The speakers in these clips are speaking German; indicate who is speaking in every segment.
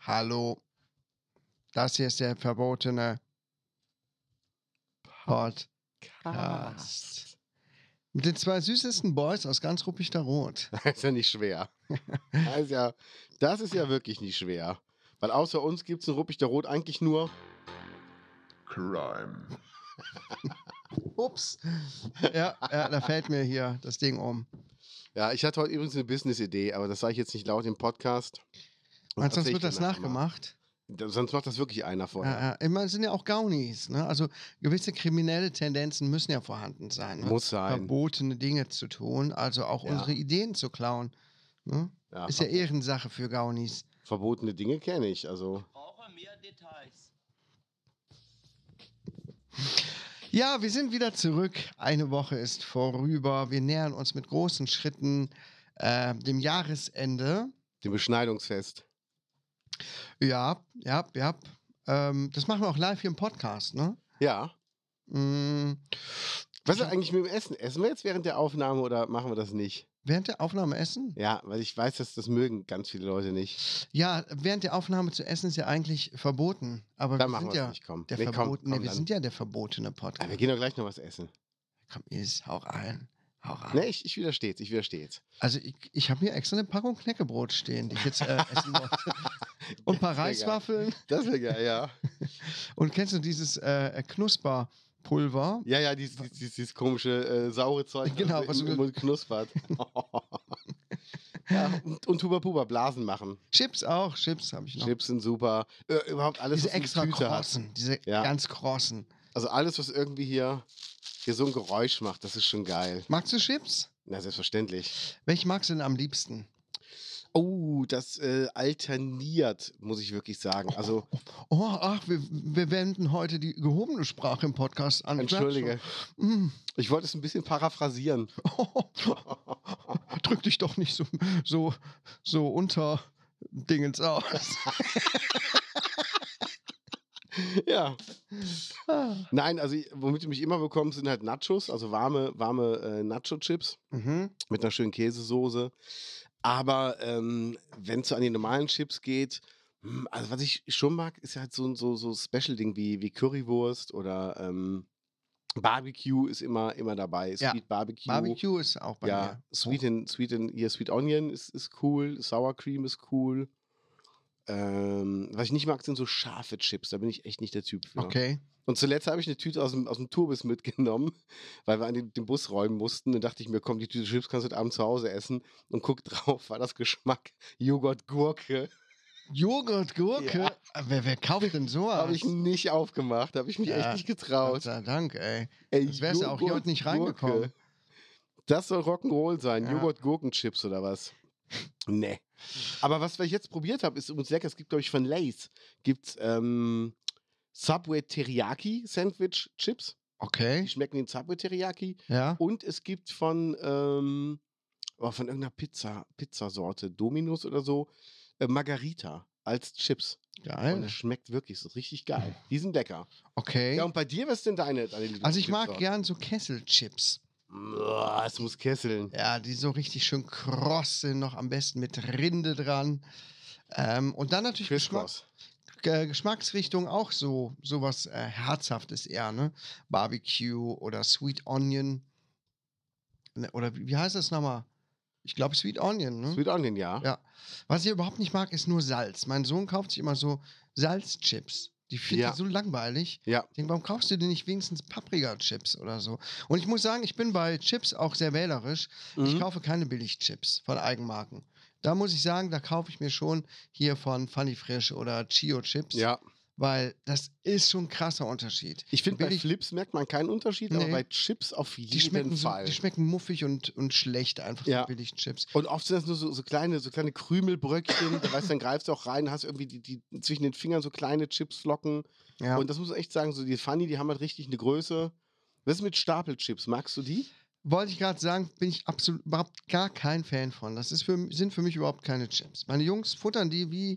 Speaker 1: Hallo, das hier ist der verbotene Podcast. Mit den zwei süßesten Boys aus ganz Ruppig Rot.
Speaker 2: Das ist ja nicht schwer. Das ist ja, das ist ja wirklich nicht schwer. Weil außer uns gibt es in Ruppig der Rot eigentlich nur.
Speaker 3: Crime.
Speaker 1: Ups. Ja, ja, da fällt mir hier das Ding um.
Speaker 2: Ja, ich hatte heute übrigens eine Business-Idee, aber das sage ich jetzt nicht laut im Podcast. Und
Speaker 1: Sonst wird
Speaker 2: tatsächlich
Speaker 1: das
Speaker 2: danach
Speaker 1: nachgemacht.
Speaker 2: gemacht. Sonst macht das wirklich einer vorher.
Speaker 1: Ja, ja. Immer sind ja auch Gaunis. Ne? Also gewisse kriminelle Tendenzen müssen ja vorhanden sein. Ne?
Speaker 2: Muss sein.
Speaker 1: Verbotene Dinge zu tun, also auch
Speaker 2: Ja.
Speaker 1: unsere Ideen zu klauen. Ne?
Speaker 2: Ja,
Speaker 1: Ist ja
Speaker 2: ver-
Speaker 1: Ehrensache für Gaunis.
Speaker 2: verbotene Dinge kenne ich. Also,
Speaker 4: brauche mehr Details.
Speaker 1: Ja, wir sind wieder zurück. Eine Woche ist vorüber. Wir nähern uns mit großen Schritten äh, dem Jahresende.
Speaker 2: dem Beschneidungsfest.
Speaker 1: Ja, ja, ja. Ähm, das machen wir auch live hier im Podcast, ne?
Speaker 2: Ja.
Speaker 1: Mm,
Speaker 2: Was ist eigentlich mit dem Essen? Essen wir jetzt während der Aufnahme oder machen wir das nicht?
Speaker 1: während der Aufnahme essen?
Speaker 2: Ja, weil ich weiß, dass das mögen ganz viele Leute nicht.
Speaker 1: Ja, während der Aufnahme zu essen ist ja eigentlich verboten. Aber
Speaker 2: Dann
Speaker 1: wir
Speaker 2: machen
Speaker 1: sind
Speaker 2: wir es
Speaker 1: ja
Speaker 2: nicht. Komm.
Speaker 1: der
Speaker 2: Nee, komm,
Speaker 1: verbotene,
Speaker 2: komm,
Speaker 1: wir
Speaker 2: dann.
Speaker 1: sind ja der verbotene
Speaker 2: Ah,
Speaker 1: Podcast.
Speaker 2: wir gehen doch gleich noch was essen.
Speaker 1: Komm, Is, hau rein. Hau rein.
Speaker 2: Ne, ich, ich widerstehe Ich widerstehe
Speaker 1: Also ich, ich habe hier extra eine Packung Knäckebrot stehen, die ich jetzt äh, essen wollte. Und ein paar
Speaker 2: Sehr geil.
Speaker 1: Reiswaffeln.
Speaker 2: Das wäre geil, ja.
Speaker 1: Und kennst du dieses äh, Knusperpulver?
Speaker 2: Ja, ja, dieses, dieses, dieses, dieses komische äh, saure Zeug,
Speaker 1: Genau,
Speaker 2: was
Speaker 1: was
Speaker 2: im,
Speaker 1: du-
Speaker 2: im Mund knuspert. ja, und, und Huba Puba Blasen machen.
Speaker 1: Chips auch, Chips habe ich noch.
Speaker 2: Chips sind super. Äh, überhaupt alles,
Speaker 1: Genau. Diese
Speaker 2: was eine
Speaker 1: extra
Speaker 2: Tüte hat.
Speaker 1: krossen, diese
Speaker 2: Ja.
Speaker 1: ganz krossen.
Speaker 2: Also alles, was irgendwie hier, hier so ein Geräusch macht, das ist schon geil.
Speaker 1: Magst du Chips?
Speaker 2: Na, selbstverständlich.
Speaker 1: Welche magst du denn am liebsten?
Speaker 2: Oh, das äh, alterniert, muss ich wirklich sagen. Also,
Speaker 1: Oh, ach, wir, wir wenden heute die gehobene Sprache im Podcast an. Ich merk
Speaker 2: entschuldige.
Speaker 1: schon. Mm.
Speaker 2: Ich wollte es ein bisschen paraphrasieren.
Speaker 1: drück dich doch nicht so, so, so unter Dingens aus.
Speaker 2: ja.
Speaker 1: Ah.
Speaker 2: Nein, also womit du mich immer bekommst, sind halt Nachos, also warme, warme äh, Nacho-Chips.
Speaker 1: mhm.
Speaker 2: mit einer schönen Käsesoße. Aber ähm, wenn es so an die normalen Chips geht, hm, also was ich schon mag, ist ja halt so ein so, so Special-Ding wie, wie Currywurst oder ähm, Barbecue ist immer, immer dabei.
Speaker 1: Ja.
Speaker 2: Sweet Barbecue.
Speaker 1: Barbecue ist auch bei
Speaker 2: ja,
Speaker 1: mir.
Speaker 2: Sweet, and, Sweet, and, hier Sweet Onion ist, ist cool, Sour Cream ist cool. Ähm, was ich nicht mag, sind so scharfe Chips. Da bin ich echt nicht der Typ für.
Speaker 1: Okay.
Speaker 2: Und zuletzt habe ich eine Tüte aus dem, aus dem Tourbus mitgenommen, weil wir an den, den Bus räumen mussten. Dann dachte ich mir, komm, die Tüte Chips kannst du heute Abend zu Hause essen. Und guck drauf, war das Geschmack Joghurt Gurke.
Speaker 1: Joghurt, Gurke.
Speaker 2: Ja.
Speaker 1: Wer, wer kauft denn sowas?
Speaker 2: Habe ich nicht aufgemacht, habe ich mich
Speaker 1: Ja,
Speaker 2: echt nicht
Speaker 1: Gott
Speaker 2: getraut.
Speaker 1: sei Dank, ey.
Speaker 2: Ey,
Speaker 1: sonst wärst du auch hier heute nicht
Speaker 2: Joghurt-Gurke.
Speaker 1: reingekommen.
Speaker 2: Das soll Rock'n'Roll sein.
Speaker 1: Ja.
Speaker 2: Joghurt Gurkenchips oder was? Nee. Aber was wir jetzt probiert haben, ist übrigens lecker. Es gibt, glaube ich, von Lay's gibt's ähm, Subway Teriyaki Sandwich Chips. Die
Speaker 1: Okay.
Speaker 2: schmecken den Subway Teriyaki.
Speaker 1: Ja.
Speaker 2: Und es gibt von, ähm, oh, von irgendeiner Pizza, Pizzasorte, Dominus oder so, äh, Margarita als Chips. Und
Speaker 1: Geil.
Speaker 2: das schmeckt wirklich, das ist richtig geil. Die sind lecker.
Speaker 1: Ah. Okay.
Speaker 2: Ja, und bei dir, was ist denn deine, deine Lieblings-
Speaker 1: Also ich mag
Speaker 2: Chipsorte?
Speaker 1: gern so Kesselchips.
Speaker 2: Boah, es muss kesseln.
Speaker 1: Ja, die so richtig schön kross sind, noch am besten mit Rinde dran. Ähm, und dann natürlich
Speaker 2: Criss
Speaker 1: Geschmack.
Speaker 2: Cross.
Speaker 1: G- Geschmacksrichtung auch so sowas äh, herzhaftes eher, ne? Barbecue oder Sweet Onion Ne, oder wie, wie heißt das nochmal? Ich glaube Sweet Onion, ne?
Speaker 2: Sweet Onion, ja.
Speaker 1: Ja. Was ich überhaupt nicht mag, ist nur Salz. Mein Sohn kauft sich immer so Salzchips. Die finde
Speaker 2: Ja.
Speaker 1: ich so langweilig.
Speaker 2: Ja.
Speaker 1: Ich denke, warum kaufst du dir nicht wenigstens Paprika-Chips oder so? Und ich muss sagen, ich bin bei Chips auch sehr wählerisch. Ich
Speaker 2: Mhm.
Speaker 1: kaufe keine Billigchips von Eigenmarken. Da muss ich sagen, da kaufe ich mir schon hier von Funny Frisch oder Chio Chips,
Speaker 2: ja.
Speaker 1: weil das ist schon ein krasser Unterschied.
Speaker 2: Ich finde, bei
Speaker 1: Billig-
Speaker 2: Flips merkt man keinen Unterschied, aber
Speaker 1: Nee.
Speaker 2: bei Chips auf jeden
Speaker 1: Die schmecken, so,
Speaker 2: Fall.
Speaker 1: die schmecken muffig und, und schlecht, einfach
Speaker 2: Ja.
Speaker 1: so Billigchips.
Speaker 2: und oft sind das nur so, so kleine, so kleine Krümelbröckchen. da weißt du, dann greifst du auch rein, hast irgendwie die, die zwischen den Fingern so kleine Chipsflocken.
Speaker 1: Ja.
Speaker 2: Und das muss ich echt sagen, so die Funny, die haben halt richtig eine Größe. Was ist mit Stapelchips? Magst du die?
Speaker 1: Wollte ich gerade sagen, bin ich absolut überhaupt gar kein Fan von. Das ist für, sind für mich überhaupt keine Chips. Meine Jungs futtern die wie,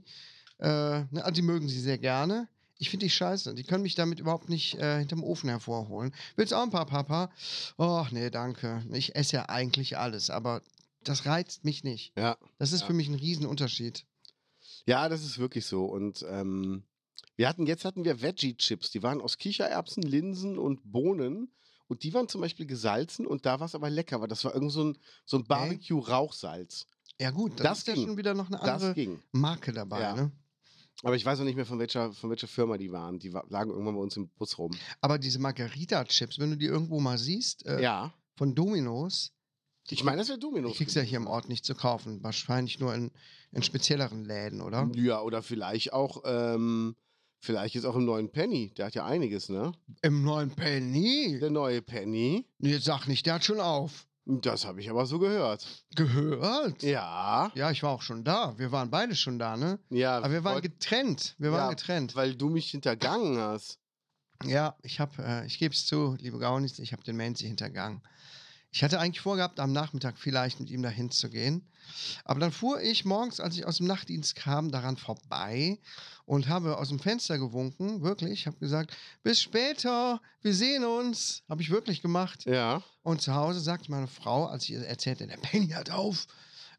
Speaker 1: äh, ne, also die mögen sie sehr gerne. Ich finde die scheiße. Die können mich damit überhaupt nicht äh, hinterm Ofen hervorholen. Willst du auch ein paar, Papa? Och, nee, danke. Ich esse ja eigentlich alles, aber das reizt mich nicht.
Speaker 2: Ja.
Speaker 1: Das ist
Speaker 2: Ja.
Speaker 1: für mich ein Riesenunterschied.
Speaker 2: Ja, das ist wirklich so. Und ähm, wir hatten, jetzt hatten wir Veggie-Chips. Die waren aus Kichererbsen, Linsen und Bohnen. Und die waren zum Beispiel gesalzen und da war es aber lecker, weil das war irgend so ein, so ein Barbecue-Rauchsalz.
Speaker 1: Ja, gut, das,
Speaker 2: Das
Speaker 1: ist ja
Speaker 2: ging.
Speaker 1: schon wieder noch eine
Speaker 2: Das
Speaker 1: andere
Speaker 2: ging.
Speaker 1: Marke dabei.
Speaker 2: Ja.
Speaker 1: Ne?
Speaker 2: Aber ich weiß auch nicht mehr, von welcher, von welcher Firma die waren. Die wa- lagen irgendwann bei uns im Bus rum.
Speaker 1: Aber diese Margarita-Chips, wenn du die irgendwo mal siehst, äh,
Speaker 2: ja.
Speaker 1: von Domino's,
Speaker 2: Ich meine, das wäre Domino.
Speaker 1: Ich krieg's ja hier im Ort nicht zu kaufen. Wahrscheinlich nur in, in spezielleren Läden, oder?
Speaker 2: Ja, oder vielleicht auch, ähm, vielleicht ist auch im neuen Penny. Der hat ja einiges, ne?
Speaker 1: Im neuen Penny?
Speaker 2: Der neue Penny.
Speaker 1: Nee, sag nicht, der hat schon auf.
Speaker 2: Das habe ich aber so gehört.
Speaker 1: Gehört? Ja.
Speaker 2: Ja.
Speaker 1: ich war auch schon da. Wir waren beide schon da, ne?
Speaker 2: Ja,
Speaker 1: Aber wir waren
Speaker 2: wollt-
Speaker 1: getrennt. Wir waren
Speaker 2: Ja,
Speaker 1: getrennt.
Speaker 2: weil du mich hintergangen hast.
Speaker 1: Ja, ich hab, äh, ich geb's zu, liebe Gaunis, ich habe den Mansi hintergangen. Ich hatte eigentlich vorgehabt, am Nachmittag vielleicht mit ihm dahin zu gehen. Aber dann fuhr ich morgens, als ich aus dem Nachtdienst kam, daran vorbei und habe aus dem Fenster gewunken, wirklich. Ich habe gesagt, bis später, wir sehen uns. Habe ich wirklich gemacht.
Speaker 2: Ja.
Speaker 1: Und zu Hause sagt meine Frau, als ich ihr erzählte, der Penny hat auf.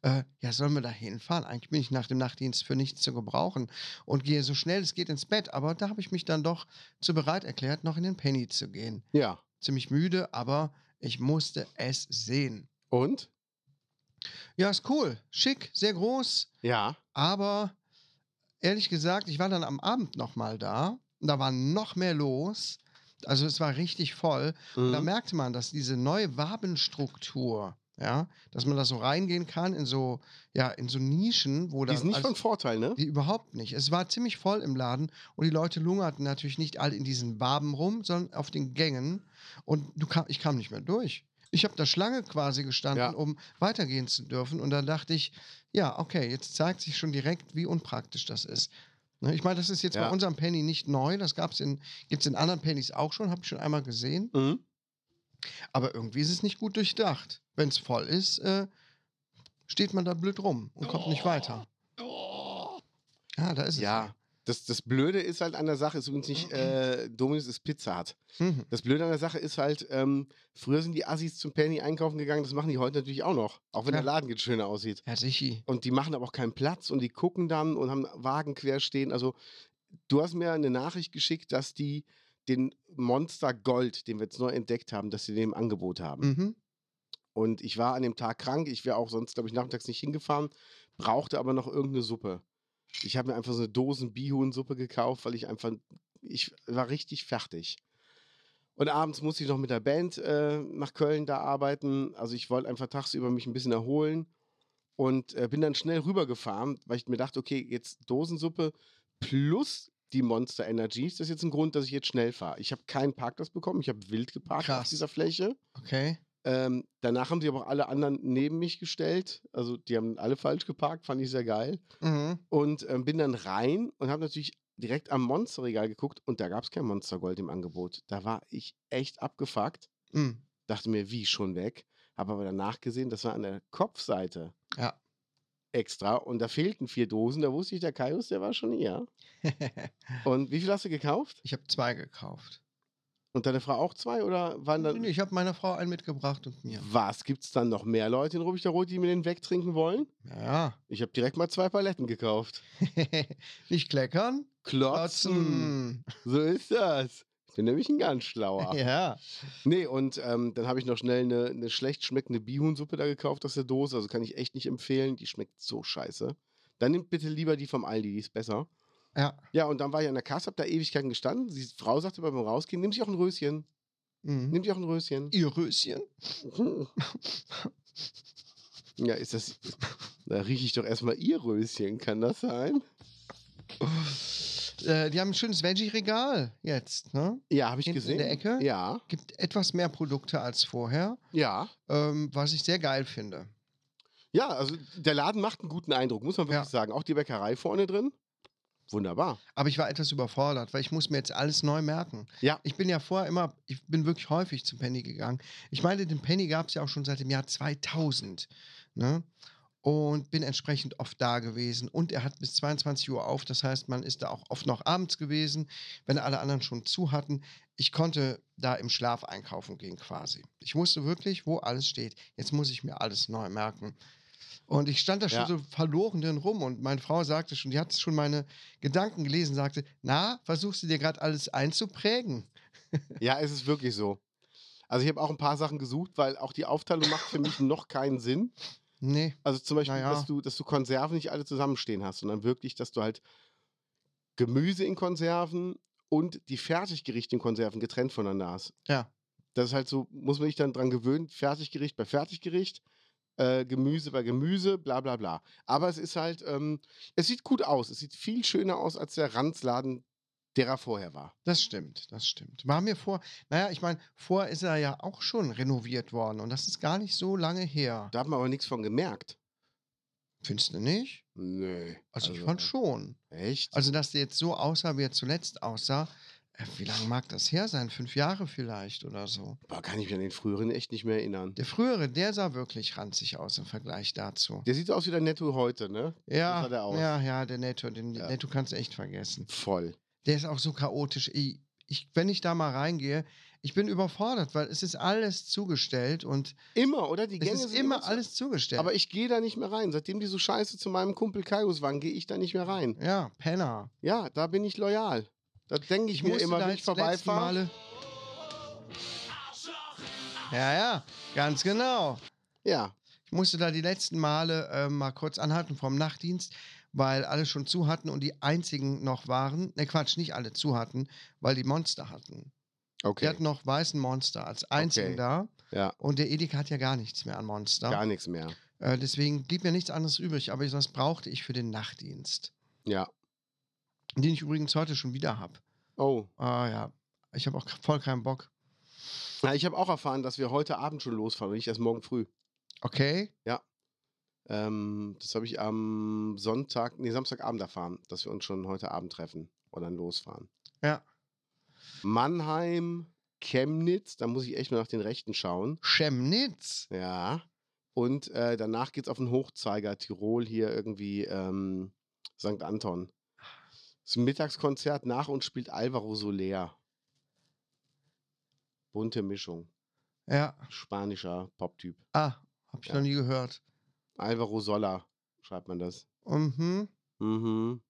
Speaker 1: Äh, ja, sollen wir da hinfahren? Eigentlich bin ich nach dem Nachtdienst für nichts zu gebrauchen und gehe so schnell es geht ins Bett. Aber da habe ich mich dann doch zu bereit erklärt, noch in den Penny zu gehen.
Speaker 2: Ja.
Speaker 1: Ziemlich müde, aber ich musste es sehen.
Speaker 2: Und?
Speaker 1: Ja, ist cool, schick, sehr groß,
Speaker 2: Ja.
Speaker 1: aber ehrlich gesagt, ich war dann am Abend nochmal da. und Da war noch mehr los. Also es war richtig voll. Und Da
Speaker 2: Mhm.
Speaker 1: merkte man, dass diese neue Wabenstruktur, ja, dass man da so reingehen kann in so, ja, in so Nischen, wo
Speaker 2: Die
Speaker 1: das Also,
Speaker 2: ist nicht von Vorteil, ne?
Speaker 1: die überhaupt nicht. Es war ziemlich voll im Laden und die Leute lungerten natürlich nicht all in diesen Waben rum, sondern auf den Gängen und du kam, ich kam nicht mehr durch. Ich habe da Schlange quasi gestanden,
Speaker 2: Ja.
Speaker 1: um weitergehen zu dürfen und dann dachte ich, ja, okay, jetzt zeigt sich schon direkt, wie unpraktisch das ist. Ne, Ich meine, das ist jetzt
Speaker 2: Ja.
Speaker 1: bei unserem Penny nicht neu, das gab's in gibt's in anderen Pennys auch schon, habe ich schon einmal gesehen.
Speaker 2: Mhm.
Speaker 1: Aber irgendwie ist es nicht gut durchdacht. Wenn es voll ist, äh, steht man da blöd rum und kommt nicht weiter. Ja, da ist Mhm. es.
Speaker 2: Ja. Das, das Blöde ist halt an der Sache, ist übrigens nicht, äh, Dominus ist Pizza hat.
Speaker 1: Mhm.
Speaker 2: Das Blöde an der Sache ist halt, ähm, früher sind die Assis zum Penny einkaufen gegangen, das machen die heute natürlich auch noch. Auch wenn
Speaker 1: Ja.
Speaker 2: der Laden jetzt schöner aussieht.
Speaker 1: Ja, sicher.
Speaker 2: Und die machen aber auch keinen Platz und die gucken dann und haben Wagen quer stehen. Also, du hast mir eine Nachricht geschickt, dass die den Monster Gold, den wir jetzt neu entdeckt haben, dass sie den im Angebot haben.
Speaker 1: Mhm.
Speaker 2: Und ich war an dem Tag krank. Ich wäre auch sonst, glaube ich, nachmittags nicht hingefahren, brauchte aber noch irgendeine Suppe. Ich habe mir einfach so eine Dosen Bihuhnsuppe gekauft, weil ich einfach, ich war richtig fertig. Und abends musste ich noch mit der Band äh, nach Köln da arbeiten. Also ich wollte einfach tagsüber mich ein bisschen erholen und äh, bin dann schnell rübergefahren, weil ich mir dachte, okay, jetzt Dosensuppe plus die Monster Energies, das ist jetzt ein Grund, dass ich jetzt schnell fahre. Ich habe keinen Parkplatz bekommen, ich habe wild geparkt auf
Speaker 1: Krass.
Speaker 2: dieser Fläche.
Speaker 1: Okay.
Speaker 2: Ähm, danach haben sie aber auch alle anderen neben mich gestellt. Also die haben alle falsch geparkt, fand ich sehr geil.
Speaker 1: Mhm.
Speaker 2: Und ähm, bin dann rein und habe natürlich direkt am Monsterregal geguckt und da gab es kein Monstergold im Angebot. Da war ich echt abgefuckt.
Speaker 1: Mhm.
Speaker 2: Dachte mir, wie schon weg. Habe aber danach gesehen, das war an der Kopfseite
Speaker 1: Ja.
Speaker 2: extra und da fehlten vier Dosen. Da wusste ich, der Kaius, der war schon eher. Und wie viel hast du gekauft?
Speaker 1: ich habe zwei gekauft.
Speaker 2: Und deine Frau auch zwei oder waren dann.
Speaker 1: Nee, Ich habe meiner Frau einen mitgebracht und mir.
Speaker 2: Was? Gibt es dann noch mehr Leute in Rubik der Rot, die mir den wegtrinken wollen?
Speaker 1: Ja.
Speaker 2: Ich habe direkt mal zwei Paletten gekauft.
Speaker 1: Nicht kleckern,
Speaker 2: Klotzen.
Speaker 1: kotzen.
Speaker 2: So ist das. Ich bin nämlich ein ganz schlauer.
Speaker 1: Ja.
Speaker 2: Nee, und ähm, dann habe ich noch schnell eine, eine schlecht schmeckende Bihuhnsuppe da gekauft aus der Dose. Also kann ich echt nicht empfehlen. Die schmeckt so scheiße. Dann nimmt bitte lieber die vom Aldi, die ist besser.
Speaker 1: Ja.
Speaker 2: Ja, und dann war ich an der Kasse, hab da Ewigkeiten gestanden. Die Frau sagte beim Rausgehen, nimm sich auch ein Röschen.
Speaker 1: Mhm.
Speaker 2: Nimm sich auch ein Röschen.
Speaker 1: Ihr Röschen?
Speaker 2: Ja, ist das. Da rieche ich doch erstmal ihr Röschen, kann das sein?
Speaker 1: Äh, die haben ein schönes Veggie-Regal jetzt. Ne?
Speaker 2: Ja, habe ich
Speaker 1: Hinten
Speaker 2: gesehen.
Speaker 1: in der Ecke?
Speaker 2: Ja,
Speaker 1: Gibt etwas mehr Produkte als vorher,
Speaker 2: ja.
Speaker 1: ähm, was ich sehr geil finde.
Speaker 2: Ja, also der Laden macht einen guten Eindruck, muss man wirklich
Speaker 1: Ja.
Speaker 2: sagen. Auch die Bäckerei vorne drin. Wunderbar.
Speaker 1: Aber ich war etwas überfordert, weil ich muss mir jetzt alles neu merken.
Speaker 2: Ja.
Speaker 1: Ich bin ja vorher immer, ich bin wirklich häufig zum Penny gegangen. Ich meine, den Penny gab es ja auch schon seit dem Jahr 2000. Ne? Und bin entsprechend oft da gewesen. Und er hat bis 22 Uhr auf. Das heißt, man ist da auch oft noch abends gewesen, wenn alle anderen schon zu hatten. Ich konnte da im Schlaf einkaufen gehen quasi. Ich wusste wirklich, wo alles steht. Jetzt muss ich mir alles neu merken. Und ich stand da schon
Speaker 2: Ja.
Speaker 1: so verloren drin rum und meine Frau sagte schon, die hat schon meine Gedanken gelesen, sagte, na, versuchst du dir gerade alles einzuprägen?
Speaker 2: Ja, es ist wirklich so. Also ich habe auch ein paar Sachen gesucht, weil auch die Aufteilung macht für mich noch keinen Sinn.
Speaker 1: Nee.
Speaker 2: Also zum Beispiel,
Speaker 1: Naja.
Speaker 2: dass, du, dass du Konserven nicht alle zusammenstehen hast, sondern wirklich, dass du halt Gemüse in Konserven und die Fertiggerichte in Konserven getrennt voneinander hast.
Speaker 1: Ja.
Speaker 2: Das ist halt so, muss man sich dann dran gewöhnen, Fertiggericht bei Fertiggericht, äh, Gemüse bei Gemüse, bla bla bla. Aber es ist halt, ähm, es sieht gut aus. Es sieht viel schöner aus als der Ranzladen, der er vorher war.
Speaker 1: Das stimmt, das stimmt. War mir vor, naja, ich meine, vor ist er ja auch schon renoviert worden und das ist gar nicht so lange her.
Speaker 2: Da hat man aber nichts von gemerkt.
Speaker 1: Findest du nicht?
Speaker 2: Nö.
Speaker 1: Also, ich
Speaker 2: äh,
Speaker 1: fand schon.
Speaker 2: Echt?
Speaker 1: Also, dass der jetzt so aussah, wie er zuletzt aussah, äh, wie lange mag das her sein? Fünf Jahre vielleicht oder so.
Speaker 2: Boah, kann ich mich an den früheren echt nicht mehr erinnern.
Speaker 1: Der frühere, der sah wirklich ranzig aus im Vergleich dazu.
Speaker 2: Der sieht so aus wie der Netto heute, ne?
Speaker 1: Ja,
Speaker 2: sah der aus.
Speaker 1: ja, ja, der Netto, den
Speaker 2: Ja.
Speaker 1: Netto kannst du echt vergessen.
Speaker 2: Voll.
Speaker 1: Der ist auch so chaotisch. Ich, ich, wenn ich da mal reingehe, ich bin überfordert, weil es ist alles zugestellt und
Speaker 2: Immer, oder? Die Gänge
Speaker 1: es ist
Speaker 2: sind
Speaker 1: immer
Speaker 2: zu-
Speaker 1: alles zugestellt.
Speaker 2: Aber ich gehe da nicht mehr rein. Seitdem die so scheiße zu meinem Kumpel Kaius waren, gehe ich da nicht mehr rein.
Speaker 1: ja, Penner.
Speaker 2: Ja, da bin ich loyal. Da denke ich,
Speaker 1: Ich
Speaker 2: mir
Speaker 1: musste
Speaker 2: immer,
Speaker 1: da
Speaker 2: wenn
Speaker 1: jetzt
Speaker 2: ich
Speaker 1: die letzten
Speaker 2: vorbeifahre.
Speaker 1: Male. Ja, ja, ganz genau.
Speaker 2: Ja,
Speaker 1: Ich musste da die letzten Male äh, mal kurz anhalten vom Nachtdienst, weil alle schon zu hatten und die einzigen noch waren. Ne, Quatsch, nicht alle zu hatten, weil die Monster hatten. Die
Speaker 2: okay.
Speaker 1: hatten noch weißen Monster als einzigen
Speaker 2: Okay.
Speaker 1: da.
Speaker 2: Ja.
Speaker 1: Und der Edeka hat ja gar nichts mehr an Monster.
Speaker 2: Gar nichts mehr.
Speaker 1: Äh, deswegen blieb mir nichts anderes übrig, aber ich- was brauchte ich für den Nachtdienst,
Speaker 2: Ja.
Speaker 1: den ich übrigens heute schon wieder habe.
Speaker 2: Oh.
Speaker 1: Ah ja, ich habe auch k- voll keinen Bock.
Speaker 2: Na, ich habe auch erfahren, dass wir heute Abend schon losfahren und nicht erst morgen früh.
Speaker 1: Okay,
Speaker 2: Ähm, das habe ich am Sonntag, nee, Samstagabend erfahren, dass wir uns schon heute Abend treffen und dann losfahren.
Speaker 1: Ja.
Speaker 2: Mannheim, Chemnitz, da muss ich echt mal nach den Rechten schauen.
Speaker 1: Chemnitz.
Speaker 2: Ja. Und äh, danach geht's auf den Hochzeiger Tirol hier irgendwie ähm, St. Anton. Das Mittagskonzert nach uns spielt Alvaro Soler. Bunte Mischung.
Speaker 1: Ja,
Speaker 2: Spanischer Poptyp.
Speaker 1: ah, habe ich
Speaker 2: Ja.
Speaker 1: noch nie gehört.
Speaker 2: Alvaro Soler schreibt man das.
Speaker 1: Mhm.
Speaker 2: Mhm.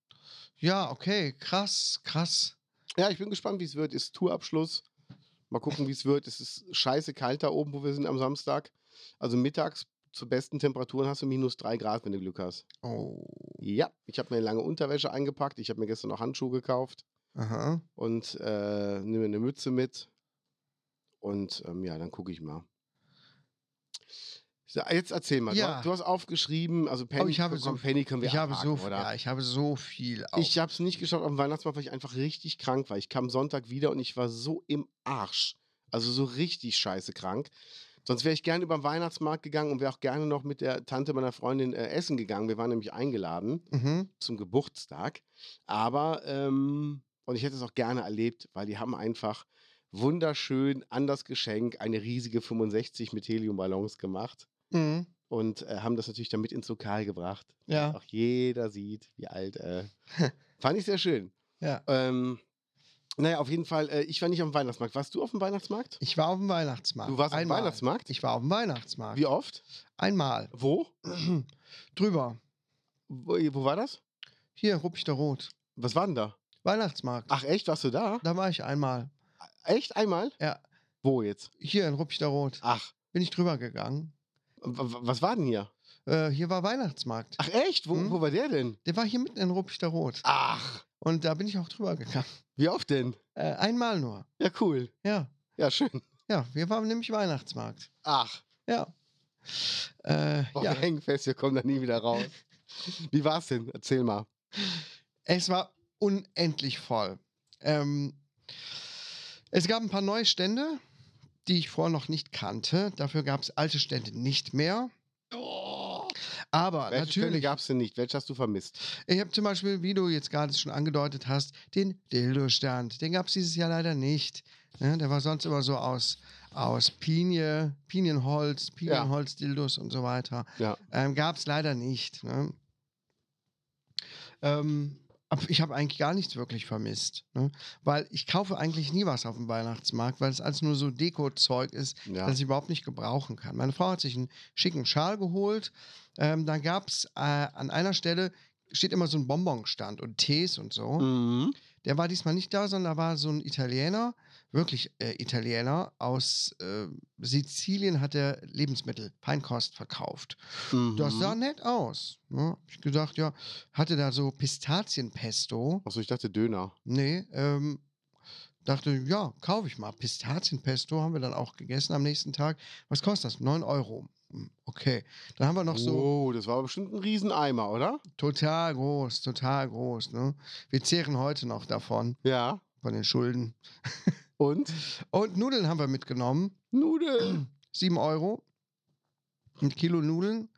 Speaker 1: Ja, okay, krass, krass.
Speaker 2: Ja, ich bin gespannt, wie es wird. Ist Tourabschluss. Mal gucken, wie es wird. Es ist scheiße kalt da oben, wo wir sind am Samstag. Also mittags zu besten Temperaturen hast du minus drei Grad, wenn du Glück hast.
Speaker 1: Oh,
Speaker 2: Ja, ich habe mir lange Unterwäsche eingepackt. Ich habe mir gestern noch Handschuhe gekauft
Speaker 1: aha.
Speaker 2: und äh, nehme mir eine Mütze mit. Und ähm, ja, dann gucke ich mal. So, jetzt erzähl mal. Du,
Speaker 1: Ja. Oh,
Speaker 2: hast- du hast aufgeschrieben, also Penny,
Speaker 1: ich habe
Speaker 2: komm,
Speaker 1: so viel-
Speaker 2: Penny können wir
Speaker 1: Ich habe
Speaker 2: abhaken,
Speaker 1: so viel,
Speaker 2: oder?
Speaker 1: ja, ich habe so viel auf.
Speaker 2: Ich habe es nicht geschafft am Weihnachtsmarkt, weil ich einfach richtig krank war. Ich kam Sonntag wieder und ich war so im Arsch. Also so richtig scheiße krank. Sonst wäre ich gerne über den Weihnachtsmarkt gegangen und wäre auch gerne noch mit der Tante meiner Freundin äh, essen gegangen. Wir waren nämlich eingeladen
Speaker 1: mhm.
Speaker 2: zum Geburtstag. Aber, ähm, und ich hätte es auch gerne erlebt, weil die haben einfach wunderschön an das Geschenk eine riesige 65 mit Heliumballons gemacht
Speaker 1: Mhm.
Speaker 2: und äh, haben das natürlich dann mit ins Lokal gebracht.
Speaker 1: Ja.
Speaker 2: damit Auch jeder sieht, wie alt. Äh. Fand ich sehr schön.
Speaker 1: Ja.
Speaker 2: Ähm, Naja, auf jeden Fall, äh, ich war nicht auf dem Weihnachtsmarkt. Warst du auf dem Weihnachtsmarkt?
Speaker 1: Ich war auf dem Weihnachtsmarkt.
Speaker 2: Du warst auf dem
Speaker 1: Einmal.
Speaker 2: Weihnachtsmarkt?
Speaker 1: Ich war auf dem Weihnachtsmarkt.
Speaker 2: Wie oft?
Speaker 1: Einmal.
Speaker 2: Wo?
Speaker 1: Drüber.
Speaker 2: wo? Wo war das?
Speaker 1: Hier, Ruppichter Rot.
Speaker 2: Was war denn da?
Speaker 1: Weihnachtsmarkt.
Speaker 2: Ach, echt? Warst du da?
Speaker 1: Da war ich einmal.
Speaker 2: Echt? Einmal?
Speaker 1: Ja.
Speaker 2: Wo jetzt?
Speaker 1: Hier in Ruppichter Rot.
Speaker 2: Ach,
Speaker 1: Bin ich drüber gegangen.
Speaker 2: w- w- was war denn hier?
Speaker 1: Äh, hier war Weihnachtsmarkt.
Speaker 2: Ach, echt? Wo,
Speaker 1: Hm?
Speaker 2: wo war der denn?
Speaker 1: Der war hier mitten in Ruppichter Rot.
Speaker 2: Ach,
Speaker 1: Und da bin ich auch drüber gegangen.
Speaker 2: wie oft denn?
Speaker 1: Äh, einmal nur.
Speaker 2: Ja, cool.
Speaker 1: Ja.
Speaker 2: Ja, schön.
Speaker 1: Ja, wir waren nämlich Weihnachtsmarkt.
Speaker 2: Ach,
Speaker 1: Ja. Äh,
Speaker 2: boah,
Speaker 1: ja.
Speaker 2: wir hängen fest, wir kommen da nie wieder raus. wie war's denn? Erzähl mal.
Speaker 1: Es war unendlich voll. Ähm, es gab ein paar neue Stände, die ich vorher noch nicht kannte. Dafür gab es alte Stände nicht mehr. Aber
Speaker 2: Oh. Welche Stelle
Speaker 1: natürlich,
Speaker 2: gab's denn nicht? Welche hast du vermisst?
Speaker 1: ich habe zum Beispiel, wie du jetzt gerade schon angedeutet hast, den Dildo-Stand. Den gab es dieses Jahr leider nicht. Ne? Der war sonst immer so aus, aus Pinie, Pinienholz, Pinienholz, Dildos und so weiter.
Speaker 2: Ja.
Speaker 1: Ähm, Gab es leider nicht. Ne? Ähm, aber ich habe eigentlich gar nichts wirklich vermisst. Ne? Weil ich kaufe eigentlich nie was auf dem Weihnachtsmarkt, weil es alles nur so Deko-Zeug ist,
Speaker 2: Ja.
Speaker 1: das ich überhaupt nicht gebrauchen kann. Meine Frau hat sich einen schicken Schal geholt. Ähm, dann gab es äh, an einer Stelle, steht immer so ein Bonbonstand und Tees und so.
Speaker 2: Mhm.
Speaker 1: Der war diesmal nicht da, sondern da war so ein Italiener, wirklich äh, Italiener, aus äh, Sizilien hat er Lebensmittel, Feinkost verkauft.
Speaker 2: Mhm.
Speaker 1: Das sah nett aus. Ne? Hab Ich gedacht, ja, hatte da so Pistazienpesto.
Speaker 2: Achso, ich dachte Döner.
Speaker 1: Nee, ähm, dachte, ja, kaufe ich mal. Pistazienpesto haben wir dann auch gegessen am nächsten Tag. Was kostet das? 9 Euro. Hm, Okay. Dann haben wir noch so
Speaker 2: Oh, das war aber bestimmt ein Rieseneimer, oder?
Speaker 1: total groß, total groß. Ne? Wir zehren heute noch davon,
Speaker 2: Ja.
Speaker 1: von den Schulden.
Speaker 2: Und?
Speaker 1: Und Nudeln haben wir mitgenommen.
Speaker 2: Nudeln.
Speaker 1: 7 Euro. Ein Kilo Nudeln.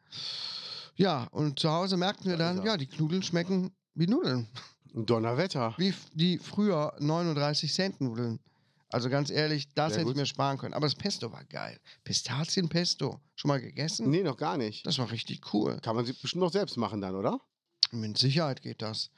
Speaker 1: Ja, und zu Hause merkten wir
Speaker 2: Da ist
Speaker 1: dann,
Speaker 2: er.
Speaker 1: ja, die Nudeln schmecken wie Nudeln.
Speaker 2: Donnerwetter.
Speaker 1: Wie f- die früher 39 Cent Nudeln. Also ganz ehrlich, das
Speaker 2: Sehr
Speaker 1: hätte
Speaker 2: gut.
Speaker 1: ich mir sparen können. Aber das Pesto war geil. Pistazienpesto. Schon mal gegessen?
Speaker 2: Nee, noch gar nicht.
Speaker 1: Das war richtig cool.
Speaker 2: Kann man sie bestimmt noch selbst machen dann, oder?
Speaker 1: Mit Sicherheit geht das.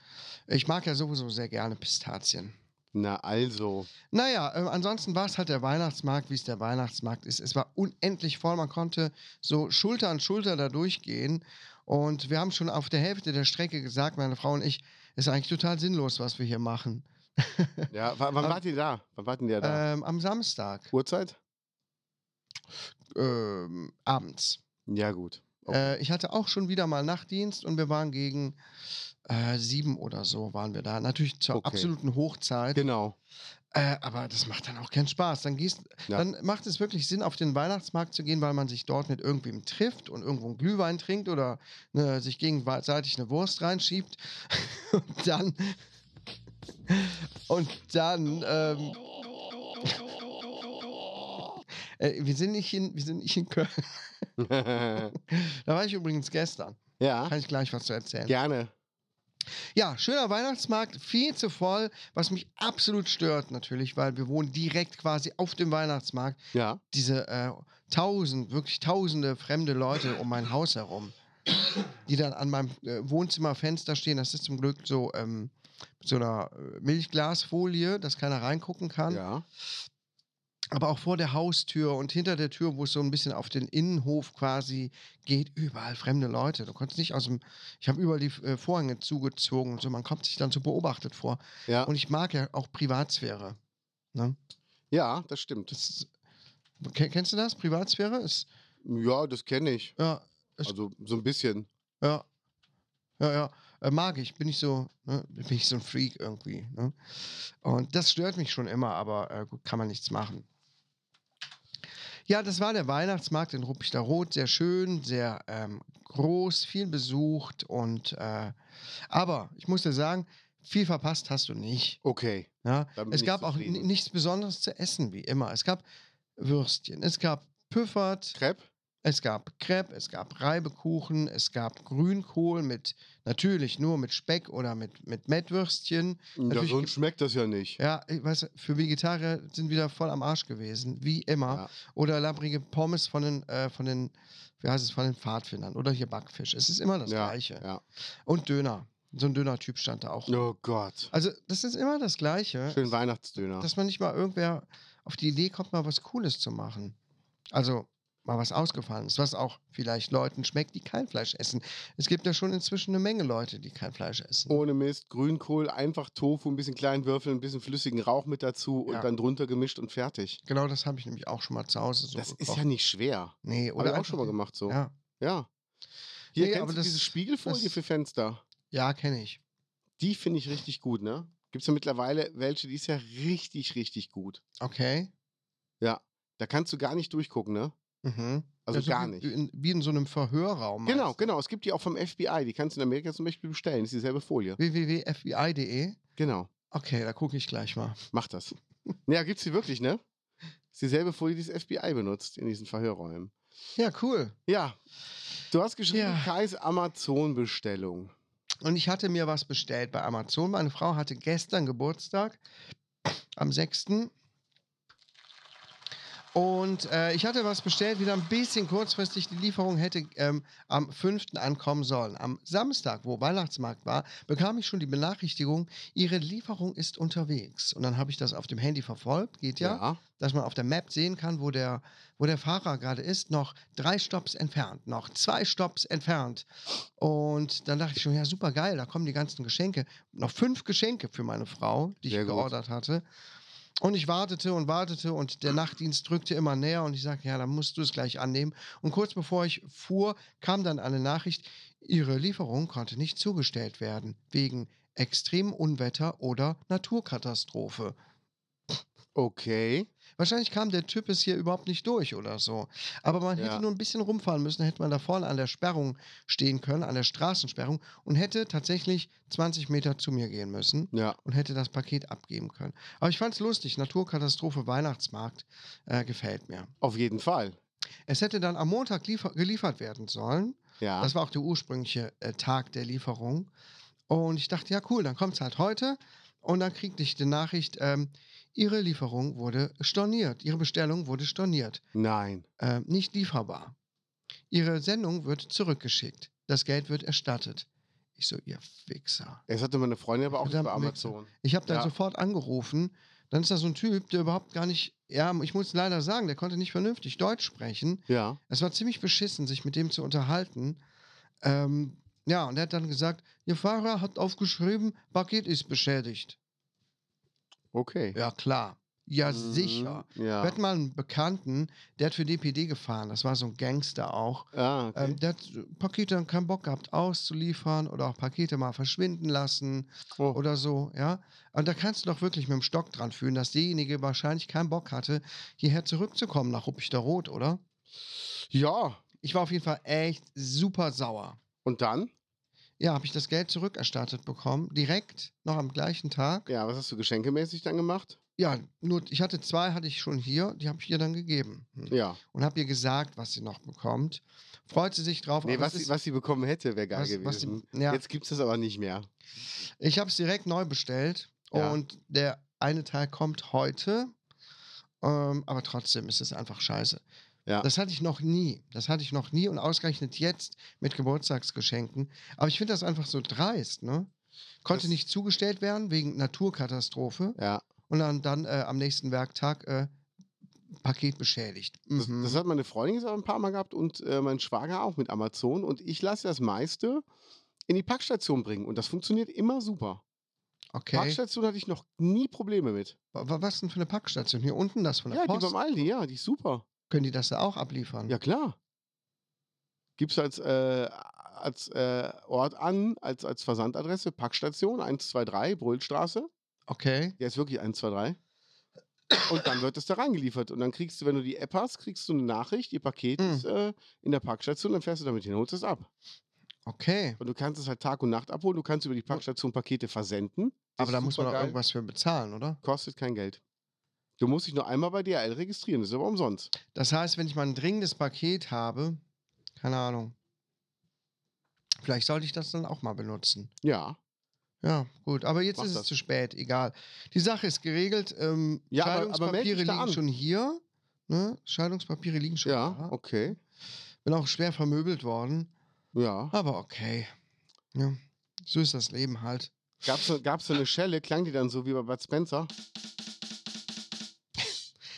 Speaker 1: Ich mag ja sowieso sehr gerne Pistazien.
Speaker 2: Na also.
Speaker 1: Naja, ähm, ansonsten war es halt der Weihnachtsmarkt, wie es der Weihnachtsmarkt ist. Es war unendlich voll. Man konnte so Schulter an Schulter da durchgehen. Und wir haben schon auf der Hälfte der Strecke gesagt, meine Frau und ich, ist eigentlich total sinnlos, was wir hier machen.
Speaker 2: Ja, wa- wann
Speaker 1: Ähm,
Speaker 2: wart ihr da? Wann wart denn ihr da?
Speaker 1: Ähm, am Samstag,
Speaker 2: Uhrzeit?
Speaker 1: ähm, abends.
Speaker 2: Ja, gut.
Speaker 1: Äh, ich hatte auch schon wieder mal Nachtdienst und wir waren gegen äh, sieben oder so waren wir da. Natürlich zur
Speaker 2: Okay.
Speaker 1: absoluten Hochzeit.
Speaker 2: Genau.
Speaker 1: Äh, aber das macht dann auch keinen Spaß. Dann, gehst,
Speaker 2: Ja.
Speaker 1: dann macht es wirklich Sinn, auf den Weihnachtsmarkt zu gehen, weil man sich dort mit irgendwem trifft und irgendwo einen Glühwein trinkt oder ne, sich gegenseitig eine Wurst reinschiebt. und dann. Und dann. Ähm, äh, wir, sind nicht in, wir sind nicht in Köln.
Speaker 2: ja,
Speaker 1: Da war ich übrigens gestern. Kann ich gleich was zu erzählen.
Speaker 2: gerne.
Speaker 1: Ja, schöner Weihnachtsmarkt, viel zu voll, was mich absolut stört natürlich, weil wir wohnen direkt quasi auf dem Weihnachtsmarkt.
Speaker 2: Ja.
Speaker 1: Diese äh, tausend, wirklich tausende fremde Leute um mein Haus herum, die dann an meinem äh, Wohnzimmerfenster stehen. Das ist zum Glück so ähm, mit so einer äh, Milchglasfolie, dass keiner reingucken kann.
Speaker 2: Ja.
Speaker 1: Aber auch vor der Haustür und hinter der Tür, wo es so ein bisschen auf den Innenhof quasi geht, überall fremde Leute. Du konntest nicht aus dem. Ich habe überall die äh, Vorhänge zugezogen und so. Man kommt sich dann so beobachtet vor.
Speaker 2: Ja.
Speaker 1: Und ich mag ja auch Privatsphäre.
Speaker 2: ja, das stimmt.
Speaker 1: Das, ist- Ke- kennst du das? Privatsphäre ist.
Speaker 2: Ja, das kenne ich.
Speaker 1: Ja, Das-
Speaker 2: Also so ein bisschen.
Speaker 1: ja. Ja, ja. Äh, mag ich. Bin ich so. Ne? Bin ich so ein Freak irgendwie. Ne? Und das stört mich schon immer, aber äh, gut, kann man nichts machen. Ja, das war der Weihnachtsmarkt in Ruppichter Rot. Sehr schön, sehr ähm, groß, viel besucht und äh, aber ich muss dir sagen, viel verpasst hast du nicht.
Speaker 2: Okay.
Speaker 1: Ja?
Speaker 2: Dann bin
Speaker 1: Es
Speaker 2: ich
Speaker 1: gab auch
Speaker 2: zufrieden.
Speaker 1: ni- nichts Besonderes zu essen, wie immer. Es gab Würstchen, es gab Püffert,
Speaker 2: Crepe?
Speaker 1: es gab Crepe, es gab Reibekuchen, es gab Grünkohl mit, natürlich nur mit Speck oder mit, mit Mettwürstchen.
Speaker 2: Ja,
Speaker 1: Natürlich
Speaker 2: sonst
Speaker 1: gibt-
Speaker 2: schmeckt das ja nicht.
Speaker 1: Ja, ich weiß, für Vegetarier sind wieder voll am Arsch gewesen, wie immer.
Speaker 2: Ja.
Speaker 1: Oder labrige Pommes von den, äh, von den, wie heißt es, von den Pfadfindern. Oder hier Backfisch. Es ist immer das
Speaker 2: Ja,
Speaker 1: Gleiche.
Speaker 2: ja.
Speaker 1: Und Döner. So ein dünner Typ stand da auch.
Speaker 2: Oh Gott.
Speaker 1: Also, das ist immer das Gleiche.
Speaker 2: Schön Weihnachtsdöner.
Speaker 1: dass man nicht mal irgendwer auf die Idee kommt, mal was Cooles zu machen. Also mal was Ausgefallenes, was auch vielleicht Leuten schmeckt, die kein Fleisch essen. Es gibt ja schon inzwischen eine Menge Leute, die kein Fleisch essen.
Speaker 2: Ohne Mist, Grünkohl, einfach Tofu, ein bisschen kleinen Würfeln, ein bisschen flüssigen Rauch mit dazu und
Speaker 1: Ja.
Speaker 2: dann drunter gemischt und fertig.
Speaker 1: Genau das habe ich nämlich auch schon mal zu Hause so
Speaker 2: Das ist
Speaker 1: gekocht.
Speaker 2: ja nicht schwer.
Speaker 1: Nee,
Speaker 2: Habe
Speaker 1: oder
Speaker 2: ich auch
Speaker 1: einfach
Speaker 2: schon mal
Speaker 1: die-
Speaker 2: gemacht so. Ja.
Speaker 1: Ja,
Speaker 2: Hier
Speaker 1: Nee,
Speaker 2: kennst
Speaker 1: aber
Speaker 2: du
Speaker 1: das-
Speaker 2: diese Spiegelfolie
Speaker 1: das-
Speaker 2: für Fenster.
Speaker 1: ja kenne ich.
Speaker 2: Die finde ich richtig gut, ne? Gibt es ja mittlerweile welche, die ist ja richtig, richtig gut.
Speaker 1: Okay.
Speaker 2: Ja. Da kannst du gar nicht durchgucken, ne?
Speaker 1: Mhm.
Speaker 2: Also
Speaker 1: so
Speaker 2: gar
Speaker 1: wie,
Speaker 2: nicht.
Speaker 1: Wie in, wie in so einem Verhörraum.
Speaker 2: Genau,
Speaker 1: meinst du?
Speaker 2: genau. Es gibt die auch vom FBI. Die kannst du in Amerika zum Beispiel bestellen. Ist dieselbe Folie.
Speaker 1: www.fbi.de.
Speaker 2: Genau.
Speaker 1: E? Okay, da gucke ich gleich mal.
Speaker 2: Mach das. ja, gibt's die wirklich, ne? Ist dieselbe Folie, die das FBI benutzt in diesen Verhörräumen.
Speaker 1: Ja, cool.
Speaker 2: Ja. Du hast geschrieben,
Speaker 1: Ja.
Speaker 2: Kais Amazon-Bestellung.
Speaker 1: Und ich hatte mir was bestellt bei Amazon. Meine Frau hatte gestern Geburtstag, am 6. Und äh, ich hatte was bestellt, wieder ein bisschen kurzfristig. Die Lieferung hätte ähm, am 5. ankommen sollen. Am Samstag, wo Weihnachtsmarkt war, bekam ich schon die Benachrichtigung, Ihre Lieferung ist unterwegs. Und dann habe ich das auf dem Handy verfolgt, geht ja dass man auf der Map sehen kann, wo der, wo der Fahrer gerade ist, noch drei Stops entfernt, noch zwei Stops entfernt. Und dann dachte ich schon, ja, super geil, da kommen die ganzen Geschenke. Noch fünf Geschenke für meine Frau, die
Speaker 2: Sehr
Speaker 1: ich
Speaker 2: gut.
Speaker 1: geordert hatte. Und ich wartete und wartete und der Nachtdienst drückte immer näher und ich sagte, ja, dann musst du es gleich annehmen. Und kurz bevor ich fuhr, kam dann eine Nachricht, ihre Lieferung konnte nicht zugestellt werden, wegen extremem Unwetter oder Naturkatastrophe.
Speaker 2: Okay.
Speaker 1: Wahrscheinlich kam der Typ es hier überhaupt nicht durch oder so. Aber man
Speaker 2: Ja.
Speaker 1: hätte nur ein bisschen rumfahren müssen, hätte man da vorne an der Sperrung stehen können, an der Straßensperrung und hätte tatsächlich 20 Meter zu mir gehen müssen
Speaker 2: Ja.
Speaker 1: und hätte das Paket abgeben können. Aber ich fand es lustig. Naturkatastrophe Weihnachtsmarkt äh, gefällt mir.
Speaker 2: Auf jeden Fall.
Speaker 1: Es hätte dann am Montag liefer geliefert werden sollen.
Speaker 2: Ja.
Speaker 1: Das war auch der ursprüngliche äh, Tag der Lieferung. Und ich dachte, ja, cool, dann kommt es halt heute. Und dann kriegte ich die Nachricht, ähm, Ihre Lieferung wurde storniert. Ihre Bestellung wurde storniert.
Speaker 2: Nein.
Speaker 1: Ähm, nicht lieferbar. Ihre Sendung wird zurückgeschickt. Das Geld wird erstattet. Ich so, ihr Wichser.
Speaker 2: Es hatte meine Freundin aber auch nicht bei
Speaker 1: Verdammt, Mixer.
Speaker 2: Amazon.
Speaker 1: Ich habe dann
Speaker 2: Ja.
Speaker 1: sofort angerufen. Dann ist da so ein Typ, der überhaupt gar nicht, ja, ich muss leider sagen, der konnte nicht vernünftig Deutsch sprechen.
Speaker 2: Ja.
Speaker 1: Es war ziemlich beschissen, sich mit dem zu unterhalten. Ähm, ja, und er hat dann gesagt, Ihr Fahrer hat aufgeschrieben, Paket ist beschädigt.
Speaker 2: Okay.
Speaker 1: Ja, klar. Ja,
Speaker 2: Mhm.
Speaker 1: sicher. Wir
Speaker 2: Ja.
Speaker 1: hatten mal einen Bekannten, der hat für DPD gefahren, das war so ein Gangster auch.
Speaker 2: Ah, okay.
Speaker 1: Ähm, der hat Pakete dann keinen Bock gehabt auszuliefern oder auch Pakete mal verschwinden lassen
Speaker 2: Oh.
Speaker 1: oder so, ja. Und da kannst du doch wirklich mit dem Stock dran fühlen, dass derjenige wahrscheinlich keinen Bock hatte, hierher zurückzukommen nach Ruppichteroth, oder?
Speaker 2: ja.
Speaker 1: Ich war auf jeden Fall echt super sauer.
Speaker 2: Und dann?
Speaker 1: Ja, habe ich das Geld zurückerstattet bekommen, direkt noch am gleichen Tag.
Speaker 2: Ja, was hast du geschenkemäßig dann gemacht?
Speaker 1: Ja, nur ich hatte zwei, hatte ich schon hier, die habe ich ihr dann gegeben hm,
Speaker 2: Ja.
Speaker 1: und habe ihr gesagt, was sie noch bekommt. Freut sie sich drauf.
Speaker 2: Nee,
Speaker 1: aber
Speaker 2: was,
Speaker 1: es
Speaker 2: sie,
Speaker 1: ist-
Speaker 2: was sie bekommen hätte, wäre geil
Speaker 1: was- was sie-
Speaker 2: gewesen.
Speaker 1: ja.
Speaker 2: Jetzt gibt's das aber nicht mehr.
Speaker 1: Ich habe es direkt neu bestellt
Speaker 2: Ja.
Speaker 1: und der eine Teil kommt heute. Ähm, aber trotzdem ist es einfach scheiße.
Speaker 2: Ja.
Speaker 1: Das hatte ich noch nie. Das hatte ich noch nie und ausgerechnet jetzt mit Geburtstagsgeschenken. Aber ich finde das einfach so dreist, ne? Konnte
Speaker 2: Das-
Speaker 1: nicht zugestellt werden wegen Naturkatastrophe
Speaker 2: Ja.
Speaker 1: und dann, dann äh, am nächsten Werktag äh, Paket beschädigt.
Speaker 2: Das,
Speaker 1: Mhm.
Speaker 2: das hat meine Freundin jetzt aber ein paar Mal gehabt und äh, mein Schwager auch mit Amazon. Und ich lasse das meiste in die Packstation bringen. Und das funktioniert immer super.
Speaker 1: okay.
Speaker 2: Packstation hatte ich noch nie Probleme mit.
Speaker 1: Wa- wa- Was denn für eine Packstation? Hier unten das von der
Speaker 2: Ja, die
Speaker 1: Post? Mhm.
Speaker 2: beim Aldi, ja, die ist super.
Speaker 1: Können die das da auch abliefern?
Speaker 2: Ja, klar. Gibst als, äh, als äh, Ort an, als, als Versandadresse, Packstation 123, Brüllstraße.
Speaker 1: Okay.
Speaker 2: Ja, ist wirklich 123. Und dann wird das da reingeliefert. Und dann kriegst du, wenn du die App hast, kriegst du eine Nachricht, ihr Paket
Speaker 1: Mhm.
Speaker 2: ist äh, in der Packstation, dann fährst du damit hin, holst es ab.
Speaker 1: Okay.
Speaker 2: Und du kannst es halt Tag und Nacht abholen. Du kannst über die Packstation Pakete versenden. Das
Speaker 1: Aber da
Speaker 2: ist
Speaker 1: muss man doch
Speaker 2: supergeil.
Speaker 1: irgendwas für bezahlen, oder?
Speaker 2: Kostet kein Geld. Du musst dich nur einmal bei DHL registrieren. Das ist aber umsonst.
Speaker 1: Das heißt, wenn ich mal ein dringendes Paket habe, keine Ahnung, vielleicht sollte ich das dann auch mal benutzen.
Speaker 2: Ja.
Speaker 1: Ja, gut. Aber jetzt
Speaker 2: Mach
Speaker 1: ist
Speaker 2: das.
Speaker 1: es zu spät, egal. Die Sache ist geregelt. Ähm,
Speaker 2: Ja, aber- aber meld
Speaker 1: Scheidungspapiere
Speaker 2: dich da
Speaker 1: liegen
Speaker 2: an.
Speaker 1: schon hier. Ne? Scheidungspapiere liegen schon
Speaker 2: Ja,
Speaker 1: da.
Speaker 2: okay.
Speaker 1: Bin auch schwer vermöbelt worden,
Speaker 2: Ja.
Speaker 1: aber okay. Ja. So ist das Leben halt.
Speaker 2: Gab's so, gab's so eine Schelle, klang die dann so wie bei Bud Spencer?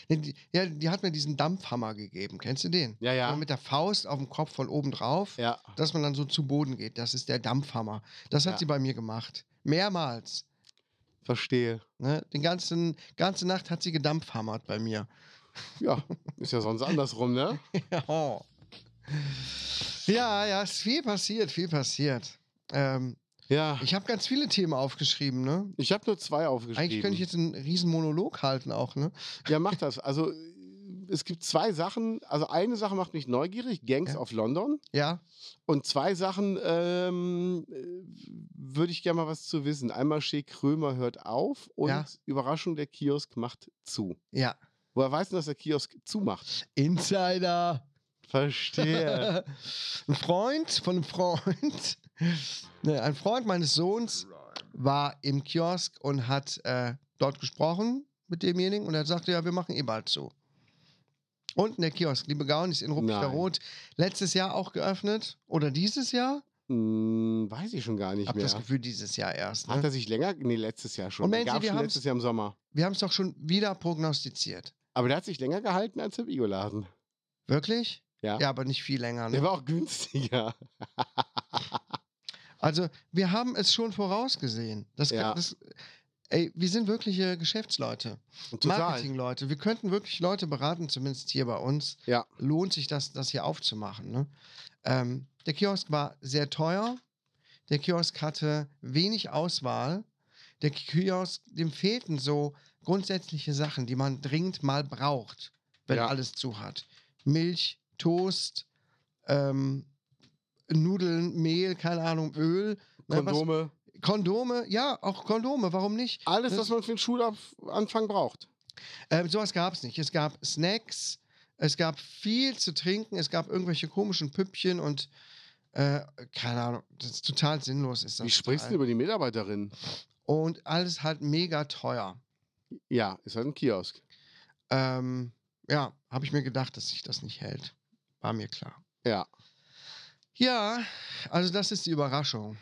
Speaker 1: Nee, die, ja, die hat mir diesen Dampfhammer gegeben. Kennst du den?
Speaker 2: Ja,
Speaker 1: Wo man mit der Faust auf dem Kopf von oben drauf,
Speaker 2: Ja.
Speaker 1: dass man dann so zu Boden geht. Das ist der Dampfhammer. Das hat
Speaker 2: Ja.
Speaker 1: sie bei mir gemacht. Mehrmals.
Speaker 2: Verstehe.
Speaker 1: Ne? Den ganzen, ganze Nacht hat sie gedampfhammert bei mir.
Speaker 2: Ja, ist ja sonst andersrum, ne?
Speaker 1: Ja, ja, ja, ist viel passiert, viel passiert. Ähm,
Speaker 2: Ja.
Speaker 1: ich habe ganz viele Themen aufgeschrieben, ne?
Speaker 2: Ich habe nur zwei aufgeschrieben.
Speaker 1: Eigentlich könnte ich jetzt einen riesen Monolog halten auch, ne?
Speaker 2: ja, mach das. Also, es gibt zwei Sachen. Also, eine Sache macht mich neugierig: Gangs
Speaker 1: Ja.
Speaker 2: of London.
Speaker 1: Ja,
Speaker 2: Und zwei Sachen ähm, äh, würde ich gerne mal was zu wissen. Einmal Shea Krömer hört auf und
Speaker 1: Ja.
Speaker 2: Überraschung, der Kiosk macht zu.
Speaker 1: ja.
Speaker 2: Woher weiß denn, dass der Kiosk zumacht?
Speaker 1: Insider.
Speaker 2: Verstehe.
Speaker 1: ein Freund von einem Freund, ne, ein Freund meines Sohns war im Kiosk und hat äh, dort gesprochen mit demjenigen und er sagte, ja, wir machen eh bald zu. Unten der Kiosk, liebe Gaunis in Ruppichter
Speaker 2: Nein.
Speaker 1: Rot, letztes Jahr auch geöffnet oder dieses Jahr?
Speaker 2: hm, weiß ich schon gar nicht
Speaker 1: habe
Speaker 2: mehr.
Speaker 1: das Gefühl, dieses Jahr erst.
Speaker 2: Hat
Speaker 1: Ne?
Speaker 2: er sich länger? Nee, letztes Jahr schon.
Speaker 1: Und meinen
Speaker 2: Gab's
Speaker 1: Sie, wir
Speaker 2: schon
Speaker 1: haben's-
Speaker 2: letztes Jahr im Sommer.
Speaker 1: Wir haben es doch schon wieder prognostiziert.
Speaker 2: Aber der hat sich länger gehalten als der Bioladen.
Speaker 1: Wirklich?
Speaker 2: Ja.
Speaker 1: Ja, aber nicht viel länger.
Speaker 2: Der
Speaker 1: Ne?
Speaker 2: war auch günstiger.
Speaker 1: Also, wir haben es schon vorausgesehen. Das, kann-
Speaker 2: Ja.
Speaker 1: das, ey, wir sind wirkliche Geschäftsleute, Marketingleute. Wir könnten wirklich Leute beraten, zumindest hier bei uns.
Speaker 2: Ja.
Speaker 1: Lohnt sich das, das hier aufzumachen. Ne? Ähm, der Kiosk war sehr teuer. Der Kiosk hatte wenig Auswahl. Der Kiosk, dem fehlten so grundsätzliche Sachen, die man dringend mal braucht, wenn
Speaker 2: Ja.
Speaker 1: alles zu hat. Milch, Toast, ähm, Nudeln, Mehl, keine Ahnung, Öl. ne,
Speaker 2: Kondome.
Speaker 1: Was, Kondome, ja, auch Kondome, warum nicht?
Speaker 2: Alles,
Speaker 1: Das-
Speaker 2: was man für den Schulanfang braucht.
Speaker 1: Ähm, sowas gab es nicht. Es gab Snacks, es gab viel zu trinken, es gab irgendwelche komischen Püppchen und äh, keine Ahnung, das ist total sinnlos ist das.
Speaker 2: Wie sprichst du
Speaker 1: total.
Speaker 2: über die Mitarbeiterin?
Speaker 1: Und alles halt mega teuer.
Speaker 2: Ja, ist halt ein Kiosk.
Speaker 1: Ähm, ja, habe ich mir gedacht, dass sich das nicht hält. War mir klar.
Speaker 2: Ja.
Speaker 1: Ja, also das ist die Überraschung.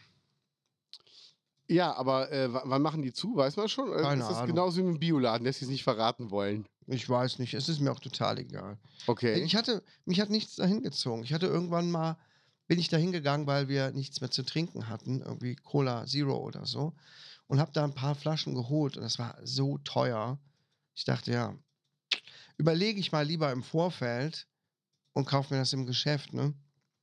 Speaker 2: Ja, aber äh, wa- wann machen die zu? Weiß man schon? Oder
Speaker 1: Keine
Speaker 2: ist das
Speaker 1: Ahnung.
Speaker 2: genauso wie im Bioladen, dass sie es nicht verraten wollen?
Speaker 1: Ich weiß nicht, es ist mir auch total egal.
Speaker 2: Okay.
Speaker 1: Ich hatte, mich hat nichts dahin gezogen. Ich hatte irgendwann mal, bin ich dahin gegangen, weil wir nichts mehr zu trinken hatten, irgendwie Cola Zero oder so, und habe da ein paar Flaschen geholt und das war so teuer. Ich dachte, ja, überlege ich mal lieber im Vorfeld und kaufe mir das im Geschäft. Ne?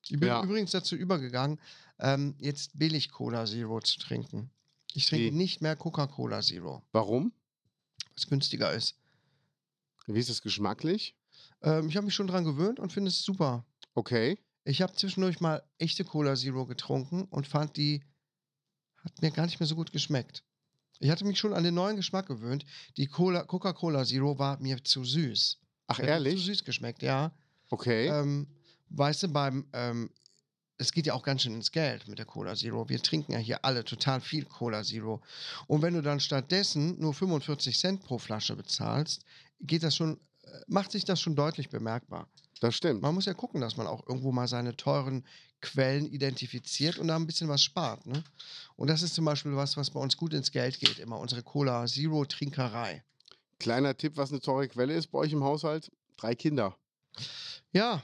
Speaker 1: Ich bin
Speaker 2: Ja.
Speaker 1: übrigens dazu übergegangen, ähm, jetzt billig Cola Zero zu trinken. Ich trinke
Speaker 2: Wie?
Speaker 1: nicht mehr Coca-Cola Zero,
Speaker 2: Warum?
Speaker 1: was günstiger ist.
Speaker 2: Wie ist das geschmacklich?
Speaker 1: Ähm, ich habe mich schon dran gewöhnt und finde es super.
Speaker 2: Okay.
Speaker 1: Ich habe zwischendurch mal echte Cola Zero getrunken und fand die hat mir gar nicht mehr so gut geschmeckt. Ich hatte mich schon an den neuen Geschmack gewöhnt. Die Cola, Coca-Cola Zero war mir zu süß.
Speaker 2: Ach,
Speaker 1: Hat mir Zu
Speaker 2: ehrlich?
Speaker 1: süß geschmeckt, ja.
Speaker 2: Okay.
Speaker 1: Ähm, weißt du, beim, ähm, es geht ja auch ganz schön ins Geld mit der Cola Zero. Wir trinken ja hier alle total viel Cola Zero. Und wenn du dann stattdessen nur 45 Cent pro Flasche bezahlst, geht das schon, äh, macht sich das schon deutlich bemerkbar.
Speaker 2: Das stimmt.
Speaker 1: Man muss ja gucken, dass man auch irgendwo mal seine teuren Quellen identifiziert und da ein bisschen was spart. Ne? Und das ist zum Beispiel was, was bei uns gut ins Geld geht, immer unsere Cola Zero Trinkerei.
Speaker 2: Kleiner Tipp, was eine teure Quelle ist bei euch im Haushalt? Drei Kinder.
Speaker 1: Ja,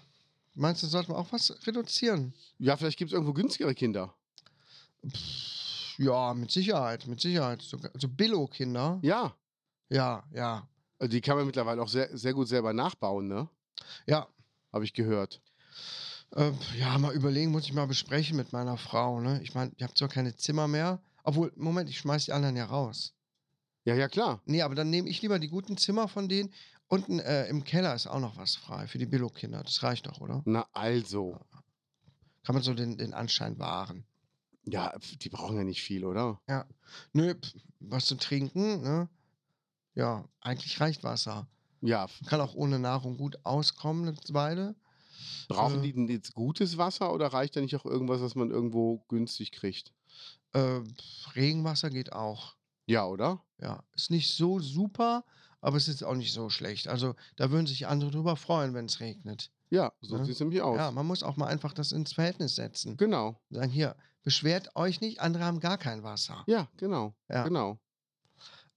Speaker 1: meinst du, sollten wir auch was reduzieren?
Speaker 2: Ja, vielleicht gibt es irgendwo günstigere Kinder.
Speaker 1: Pff, ja, mit Sicherheit, mit Sicherheit. So, so Billo-Kinder.
Speaker 2: Ja.
Speaker 1: Ja, ja,
Speaker 2: Also Die kann man mittlerweile auch sehr, sehr gut selber nachbauen, ne?
Speaker 1: ja.
Speaker 2: Habe ich gehört.
Speaker 1: Ähm, ja, mal überlegen, muss ich mal besprechen mit meiner Frau. Ne? Ich meine, ich habe zwar keine Zimmer mehr, obwohl, Moment, ich schmeiß die anderen ja raus.
Speaker 2: Ja, ja, klar.
Speaker 1: Nee, aber dann nehme ich lieber die guten Zimmer von denen. Unten äh, im Keller ist auch noch was frei für die Billo-Kinder. Das reicht doch, oder?
Speaker 2: Na also.
Speaker 1: Kann man so den, den Anschein wahren.
Speaker 2: Ja, pf, die brauchen ja nicht viel, oder?
Speaker 1: Nö, pf, was zu trinken, ne? Ja, eigentlich reicht Wasser.
Speaker 2: Ja, pf,
Speaker 1: Kann auch ohne Nahrung gut auskommen eine Weile.
Speaker 2: brauchen
Speaker 1: Äh.
Speaker 2: die denn jetzt gutes Wasser oder reicht da nicht auch irgendwas, was man irgendwo günstig kriegt?
Speaker 1: Äh, pf, Regenwasser geht auch.
Speaker 2: Ja, oder?
Speaker 1: Ja, ist nicht so super, aber es ist auch nicht so schlecht. Also da würden sich andere drüber freuen, wenn es regnet.
Speaker 2: Ja, so
Speaker 1: Ja.
Speaker 2: sieht es nämlich aus.
Speaker 1: Ja, man muss auch mal einfach das ins Verhältnis setzen.
Speaker 2: Genau.
Speaker 1: sagen, hier, Beschwert euch nicht, andere haben gar kein Wasser.
Speaker 2: Ja, genau.
Speaker 1: Ja.
Speaker 2: Genau.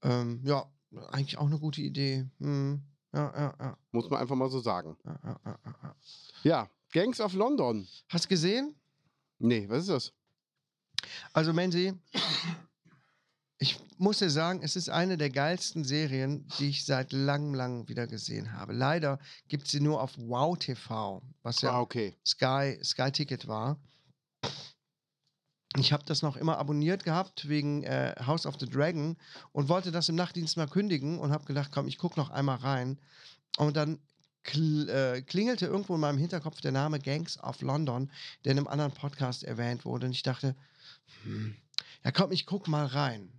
Speaker 1: Ähm, ja, eigentlich auch eine gute Idee. Hm. Ja, ja, ja,
Speaker 2: Muss man einfach mal so sagen.
Speaker 1: ja, ja, ja, ja, ja.
Speaker 2: Ja, Gangs of London.
Speaker 1: Hast gesehen?
Speaker 2: Nee, was ist das?
Speaker 1: Also, Menzi, ich muss dir sagen, es ist eine der geilsten Serien, die ich seit langem, langem wieder gesehen habe. Leider gibt sie nur auf Wow TV, was ja
Speaker 2: Ah, okay.
Speaker 1: Sky, Sky Ticket war. Ich habe das noch immer abonniert gehabt wegen äh, House of the Dragon und wollte das im Nachtdienst mal kündigen und habe gedacht, komm, ich gucke noch einmal rein. Und dann kl äh, klingelte irgendwo in meinem Hinterkopf der Name Gangs of London, der in einem anderen Podcast erwähnt wurde. Und ich dachte, hm, ja komm, ich guck mal rein.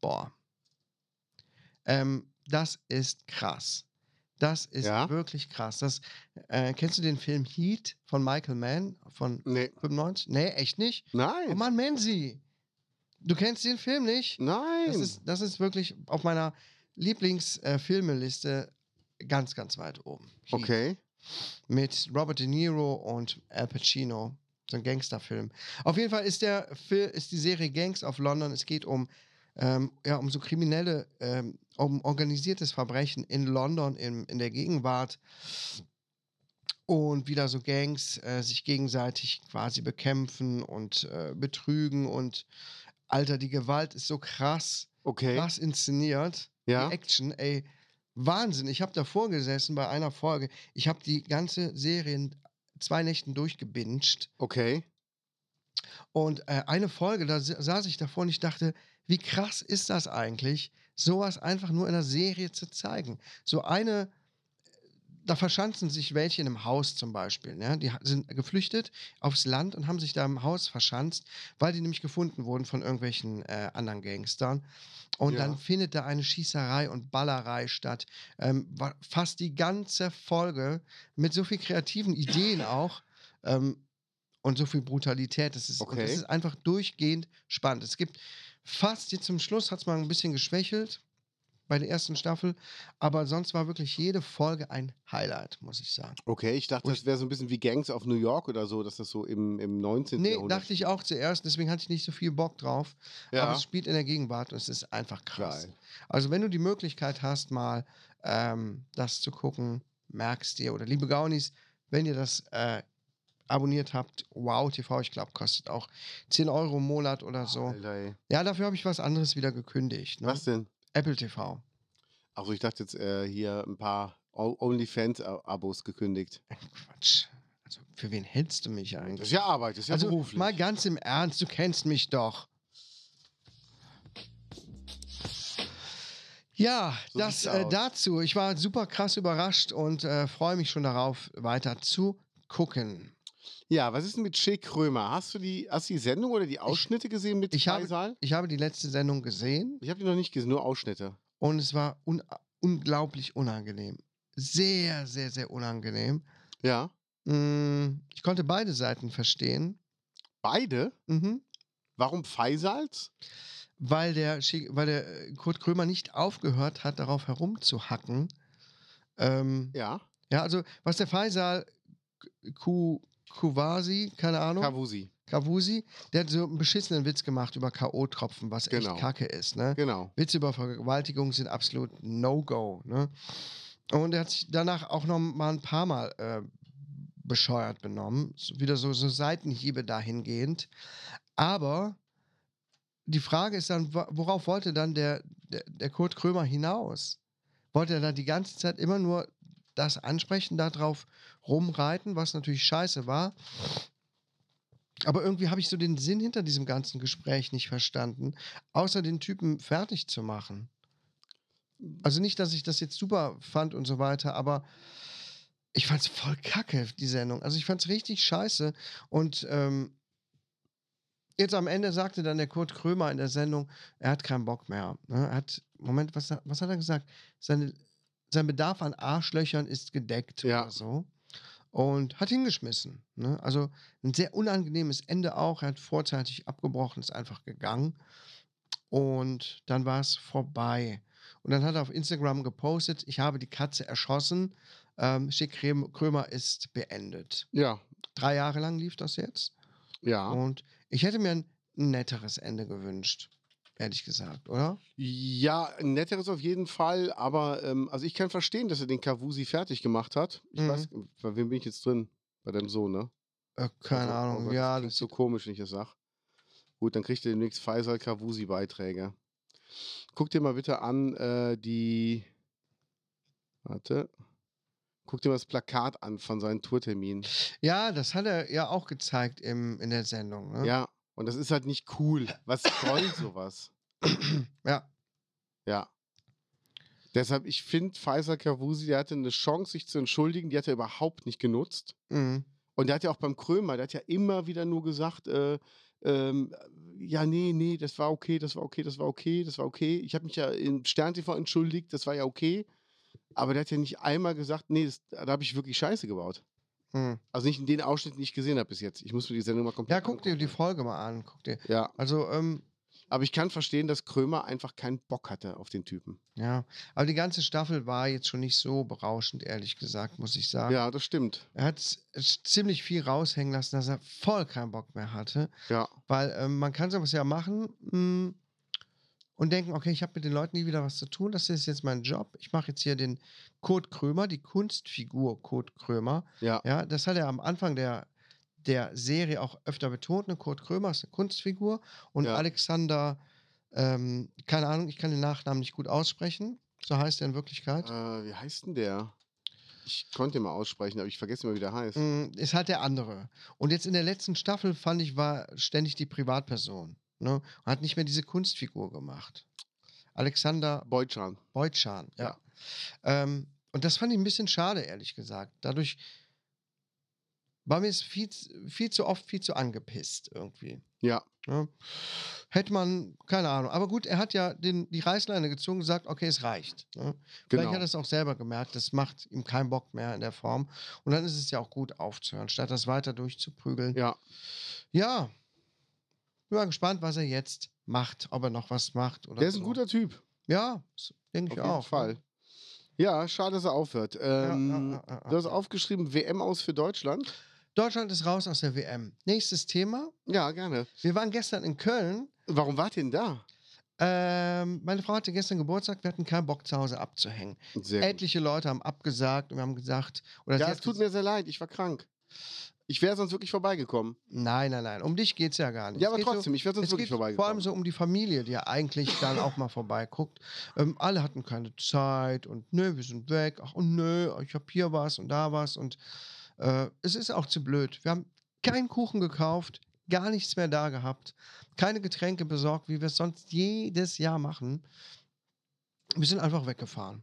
Speaker 1: Boah. Ähm, das ist krass. Das ist
Speaker 2: Ja?
Speaker 1: wirklich krass. Das, äh, kennst du den Film Heat von Michael Mann von
Speaker 2: Nee.
Speaker 1: 95? Nee, echt nicht?
Speaker 2: Nein.
Speaker 1: Oh Mann, Menzi! Du kennst den Film nicht?
Speaker 2: Nein.
Speaker 1: Das ist, das ist wirklich auf meiner Lieblingsfilmeliste ganz, ganz weit oben. Heat.
Speaker 2: okay.
Speaker 1: Mit Robert De Niro und Al Pacino. So ein Gangsterfilm. Auf jeden Fall ist, der, Fil- ist die Serie Gangs of London. Es geht um, ähm, ja, um so kriminelle, ähm, um organisiertes Verbrechen in London in, in der Gegenwart. Und wieder so Gangs äh, sich gegenseitig quasi bekämpfen und äh, betrügen. Und Alter, die Gewalt ist so krass,
Speaker 2: Okay.
Speaker 1: krass inszeniert
Speaker 2: Ja.
Speaker 1: die Action, ey, Wahnsinn. Ich habe davor gesessen bei einer Folge. Ich habe die ganze Serie in zwei Nächten durchgebinged.
Speaker 2: Okay.
Speaker 1: Und äh, eine Folge, da sa- saß ich davor und ich dachte, wie krass ist das eigentlich, sowas einfach nur in einer Serie zu zeigen. So eine, äh, da verschanzen sich welche in einem Haus zum Beispiel. Ne? Die ha- sind geflüchtet aufs Land und haben sich da im Haus verschanzt, weil die nämlich gefunden wurden von irgendwelchen äh, anderen Gangstern. Und
Speaker 2: Ja.
Speaker 1: dann findet da eine Schießerei und Ballerei statt. Ähm, wa- fast die ganze Folge mit so viel kreativen Ideen auch. Ähm, und so viel Brutalität. Das ist, und
Speaker 2: Okay.
Speaker 1: das ist einfach durchgehend spannend. Es gibt fast jetzt zum Schluss hat es mal ein bisschen geschwächelt bei der ersten Staffel, aber sonst war wirklich jede Folge ein Highlight, muss ich sagen.
Speaker 2: Okay, ich dachte, das wäre so ein bisschen wie Gangs of New York oder so, dass das so im, im 19.
Speaker 1: Nee,
Speaker 2: Jahrhundert.
Speaker 1: dachte ich auch zuerst, deswegen hatte ich nicht so viel Bock drauf.
Speaker 2: ja.
Speaker 1: Aber es spielt in der Gegenwart und es ist einfach krass.
Speaker 2: Geil.
Speaker 1: Also, wenn du die Möglichkeit hast, mal ähm, das zu gucken, merkst dir oder liebe Gaunis, wenn ihr das äh, abonniert habt, wow, TV, ich glaube, kostet auch 10 Euro im Monat oder so. Ne?
Speaker 2: Alter, ey.
Speaker 1: Ja, dafür habe ich was anderes wieder gekündigt. Ne?
Speaker 2: Was denn?
Speaker 1: Apple TV.
Speaker 2: Also ich dachte jetzt äh, hier ein paar O- OnlyFans-Abos gekündigt.
Speaker 1: Quatsch. Also, für wen hältst du mich
Speaker 2: Das
Speaker 1: eigentlich?
Speaker 2: ist ja Arbeit, das ist ja
Speaker 1: also,
Speaker 2: beruflich.
Speaker 1: mal ganz im Ernst, du kennst mich doch. Ja,
Speaker 2: So
Speaker 1: das
Speaker 2: sieht's
Speaker 1: äh,
Speaker 2: aus.
Speaker 1: dazu. Ich war super krass überrascht und äh, freue mich schon darauf, weiter zu gucken.
Speaker 2: ja, was ist denn mit Schick Krömer? Hast du die, hast du die Sendung oder die Ausschnitte gesehen mit
Speaker 1: ich habe-
Speaker 2: Faisal?
Speaker 1: Ich habe die letzte Sendung gesehen
Speaker 2: Ich habe die noch nicht gesehen, nur Ausschnitte.
Speaker 1: und es war un unglaublich unangenehm. Sehr, sehr, sehr unangenehm.
Speaker 2: Ja.
Speaker 1: Mm, ich konnte beide Seiten verstehen.
Speaker 2: Beide?
Speaker 1: Mhm.
Speaker 2: Warum Faisals?
Speaker 1: weil der, Schi- weil der äh, Kurt Krömer nicht aufgehört hat, darauf herumzuhacken. Ähm, ja.
Speaker 2: Ja.
Speaker 1: also was der Faisal Ku, Kuwasi, keine Ahnung,
Speaker 2: Kavusi.
Speaker 1: Kavusi, der hat so einen beschissenen Witz gemacht über K.O.-Tropfen, was
Speaker 2: Genau.
Speaker 1: echt kacke ist. Ne?
Speaker 2: Genau.
Speaker 1: Witze über Vergewaltigung sind absolut No-Go. Ne? Und er hat sich danach auch noch mal ein paar Mal äh, bescheuert benommen. So- Wieder so, so Seitenhiebe dahingehend. Aber die Frage ist dann, wa- worauf wollte dann der, der, der Kurt Krömer hinaus? Wollte er dann die ganze Zeit immer nur das ansprechen, darauf rumreiten, was natürlich scheiße war? Aber irgendwie habe ich so den Sinn hinter diesem ganzen Gespräch nicht verstanden außer den Typen fertig zu machen. Also nicht, dass ich das jetzt super fand und so weiter, aber ich fand's voll kacke, die Sendung. Also ich fand's richtig scheiße. Und ähm, jetzt am Ende sagte dann der Kurt Krömer in der Sendung, er hat keinen Bock mehr. Ne? Er hat, Moment, was, hat- was hat er gesagt? Seine, sein Bedarf an Arschlöchern ist gedeckt
Speaker 2: Ja.
Speaker 1: oder so. Und hat hingeschmissen. Ne? Also ein sehr unangenehmes Ende auch. Er hat vorzeitig abgebrochen, ist einfach gegangen. Und dann war es vorbei. Und dann hat er auf Instagram gepostet, ich habe die Katze erschossen. Ähm, Schick Krem- Krömer ist beendet.
Speaker 2: Ja.
Speaker 1: Drei Jahre lang lief das jetzt.
Speaker 2: Ja.
Speaker 1: Und Ich hätte mir ein netteres Ende gewünscht, ehrlich gesagt, oder?
Speaker 2: Ja, ein netteres auf jeden Fall, aber ähm, also ich kann verstehen, dass er den Kavusi fertig gemacht hat. Ich
Speaker 1: Mhm.
Speaker 2: weiß, bei wem bin ich jetzt drin? Bei deinem Sohn, ne?
Speaker 1: Äh, keine
Speaker 2: Also,
Speaker 1: Ahnung,
Speaker 2: aber
Speaker 1: ja,
Speaker 2: Das ist
Speaker 1: das
Speaker 2: so komisch, wenn ich das sag. Gut, dann kriegt ihr demnächst Faisal Kavusi-Beiträge. Guck dir mal bitte an, äh, die. Warte. Guck dir mal das Plakat an von seinem Tourtermin.
Speaker 1: ja, das hat er ja auch gezeigt im, in der Sendung. Ne?
Speaker 2: Ja. Und das ist halt nicht cool. Was soll sowas?
Speaker 1: ja.
Speaker 2: Ja. Deshalb, ich finde, Faisal Kavusi, der hatte eine Chance, sich zu entschuldigen, die hat er überhaupt nicht genutzt.
Speaker 1: Mhm.
Speaker 2: Und der hat ja auch beim Krömer, der hat ja immer wieder nur gesagt, äh, ähm, ja, nee, nee, das war okay, das war okay, das war okay, das war okay. Ich habe mich ja im Stern-TV entschuldigt, das war ja okay. Aber der hat ja nicht einmal gesagt, nee, das, da habe ich wirklich Scheiße gebaut.
Speaker 1: Mhm.
Speaker 2: Also nicht in den Ausschnitt, den ich gesehen habe bis jetzt. Ich muss mir die Sendung mal komplett
Speaker 1: Ja, guck dir die
Speaker 2: angucken.
Speaker 1: Folge mal an. Guck dir.
Speaker 2: Ja,
Speaker 1: Also, ähm,
Speaker 2: aber ich kann verstehen, dass Krömer einfach keinen Bock hatte auf den Typen.
Speaker 1: ja. Aber die ganze Staffel war jetzt schon nicht so berauschend, ehrlich gesagt, muss ich sagen.
Speaker 2: Ja, das stimmt.
Speaker 1: Er hat s- s- ziemlich viel raushängen lassen, dass er voll keinen Bock mehr hatte.
Speaker 2: Ja,
Speaker 1: Weil ähm, man kann sowas ja machen mh, und denken, okay, ich habe mit den Leuten nie wieder was zu tun, das ist jetzt mein Job. Ich mache jetzt hier den Kurt Krömer, die Kunstfigur Kurt Krömer.
Speaker 2: ja,
Speaker 1: Ja, das hat er am Anfang der, der Serie auch öfter betont. Ne? Kurt Krömer ist eine Kunstfigur und
Speaker 2: Ja.
Speaker 1: Alexander, ähm, keine Ahnung, ich kann den Nachnamen nicht gut aussprechen. So heißt er in Wirklichkeit.
Speaker 2: Äh, wie heißt denn der? Ich konnte ihn mal aussprechen, aber ich vergesse mal, wie der heißt.
Speaker 1: Mm, Ist halt der andere. Und jetzt in der letzten Staffel fand ich, war ständig die Privatperson. Ne? Und hat nicht mehr diese Kunstfigur gemacht. Alexander
Speaker 2: Beutschan.
Speaker 1: Beutschan, ja. Ähm, und das fand ich ein bisschen schade, ehrlich gesagt. Dadurch war mir es viel, z- viel zu oft viel zu angepisst irgendwie.
Speaker 2: Ja.
Speaker 1: Ne? Hätte man, keine Ahnung. Aber gut, er hat ja den, die Reißleine gezogen und gesagt, okay, es reicht. Ne?
Speaker 2: Genau.
Speaker 1: Vielleicht hat er es auch selber gemerkt, das macht ihm keinen Bock mehr in der Form. Und dann ist es ja auch gut aufzuhören, statt das weiter durchzuprügeln.
Speaker 2: Ja.
Speaker 1: Ja. Bin mal gespannt, was er jetzt macht, ob er noch was macht. Oder
Speaker 2: Der ist ein
Speaker 1: so. ne?
Speaker 2: guter Typ.
Speaker 1: Ja, das denke ich
Speaker 2: Auf jeden
Speaker 1: auch. ne?
Speaker 2: Fall. Ja, schade, dass er aufhört. Ähm,
Speaker 1: ja, ja, ja.
Speaker 2: Du hast aufgeschrieben, WM aus für Deutschland.
Speaker 1: Deutschland ist raus aus der WM. Nächstes Thema.
Speaker 2: Ja, gerne.
Speaker 1: Wir waren gestern in Köln.
Speaker 2: Warum wart ihr denn da?
Speaker 1: Ähm, meine Frau hatte gestern Geburtstag. Wir hatten keinen Bock, zu Hause abzuhängen.
Speaker 2: Sehr gut.
Speaker 1: Etliche Leute haben abgesagt und wir haben gesagt, oder
Speaker 2: Ja,
Speaker 1: sie
Speaker 2: es
Speaker 1: hat
Speaker 2: tut
Speaker 1: ges-
Speaker 2: mir sehr leid, ich war krank. Ich wäre sonst wirklich vorbeigekommen.
Speaker 1: nein, nein, nein. Um dich geht es ja gar nicht.
Speaker 2: Ja,
Speaker 1: Es
Speaker 2: aber
Speaker 1: geht so-
Speaker 2: trotzdem, ich wäre sonst
Speaker 1: Es geht
Speaker 2: wirklich
Speaker 1: vor allem
Speaker 2: vorbeigekommen.
Speaker 1: so um die Familie, die ja eigentlich dann auch mal vorbeiguckt. Ähm, alle hatten keine Zeit und nö, wir sind weg. Ach und nö, ich hab hier was und da was und äh, es ist auch zu blöd. Wir haben keinen Kuchen gekauft, gar nichts mehr da gehabt, keine Getränke besorgt, wie wir es sonst jedes Jahr machen. Wir sind einfach weggefahren.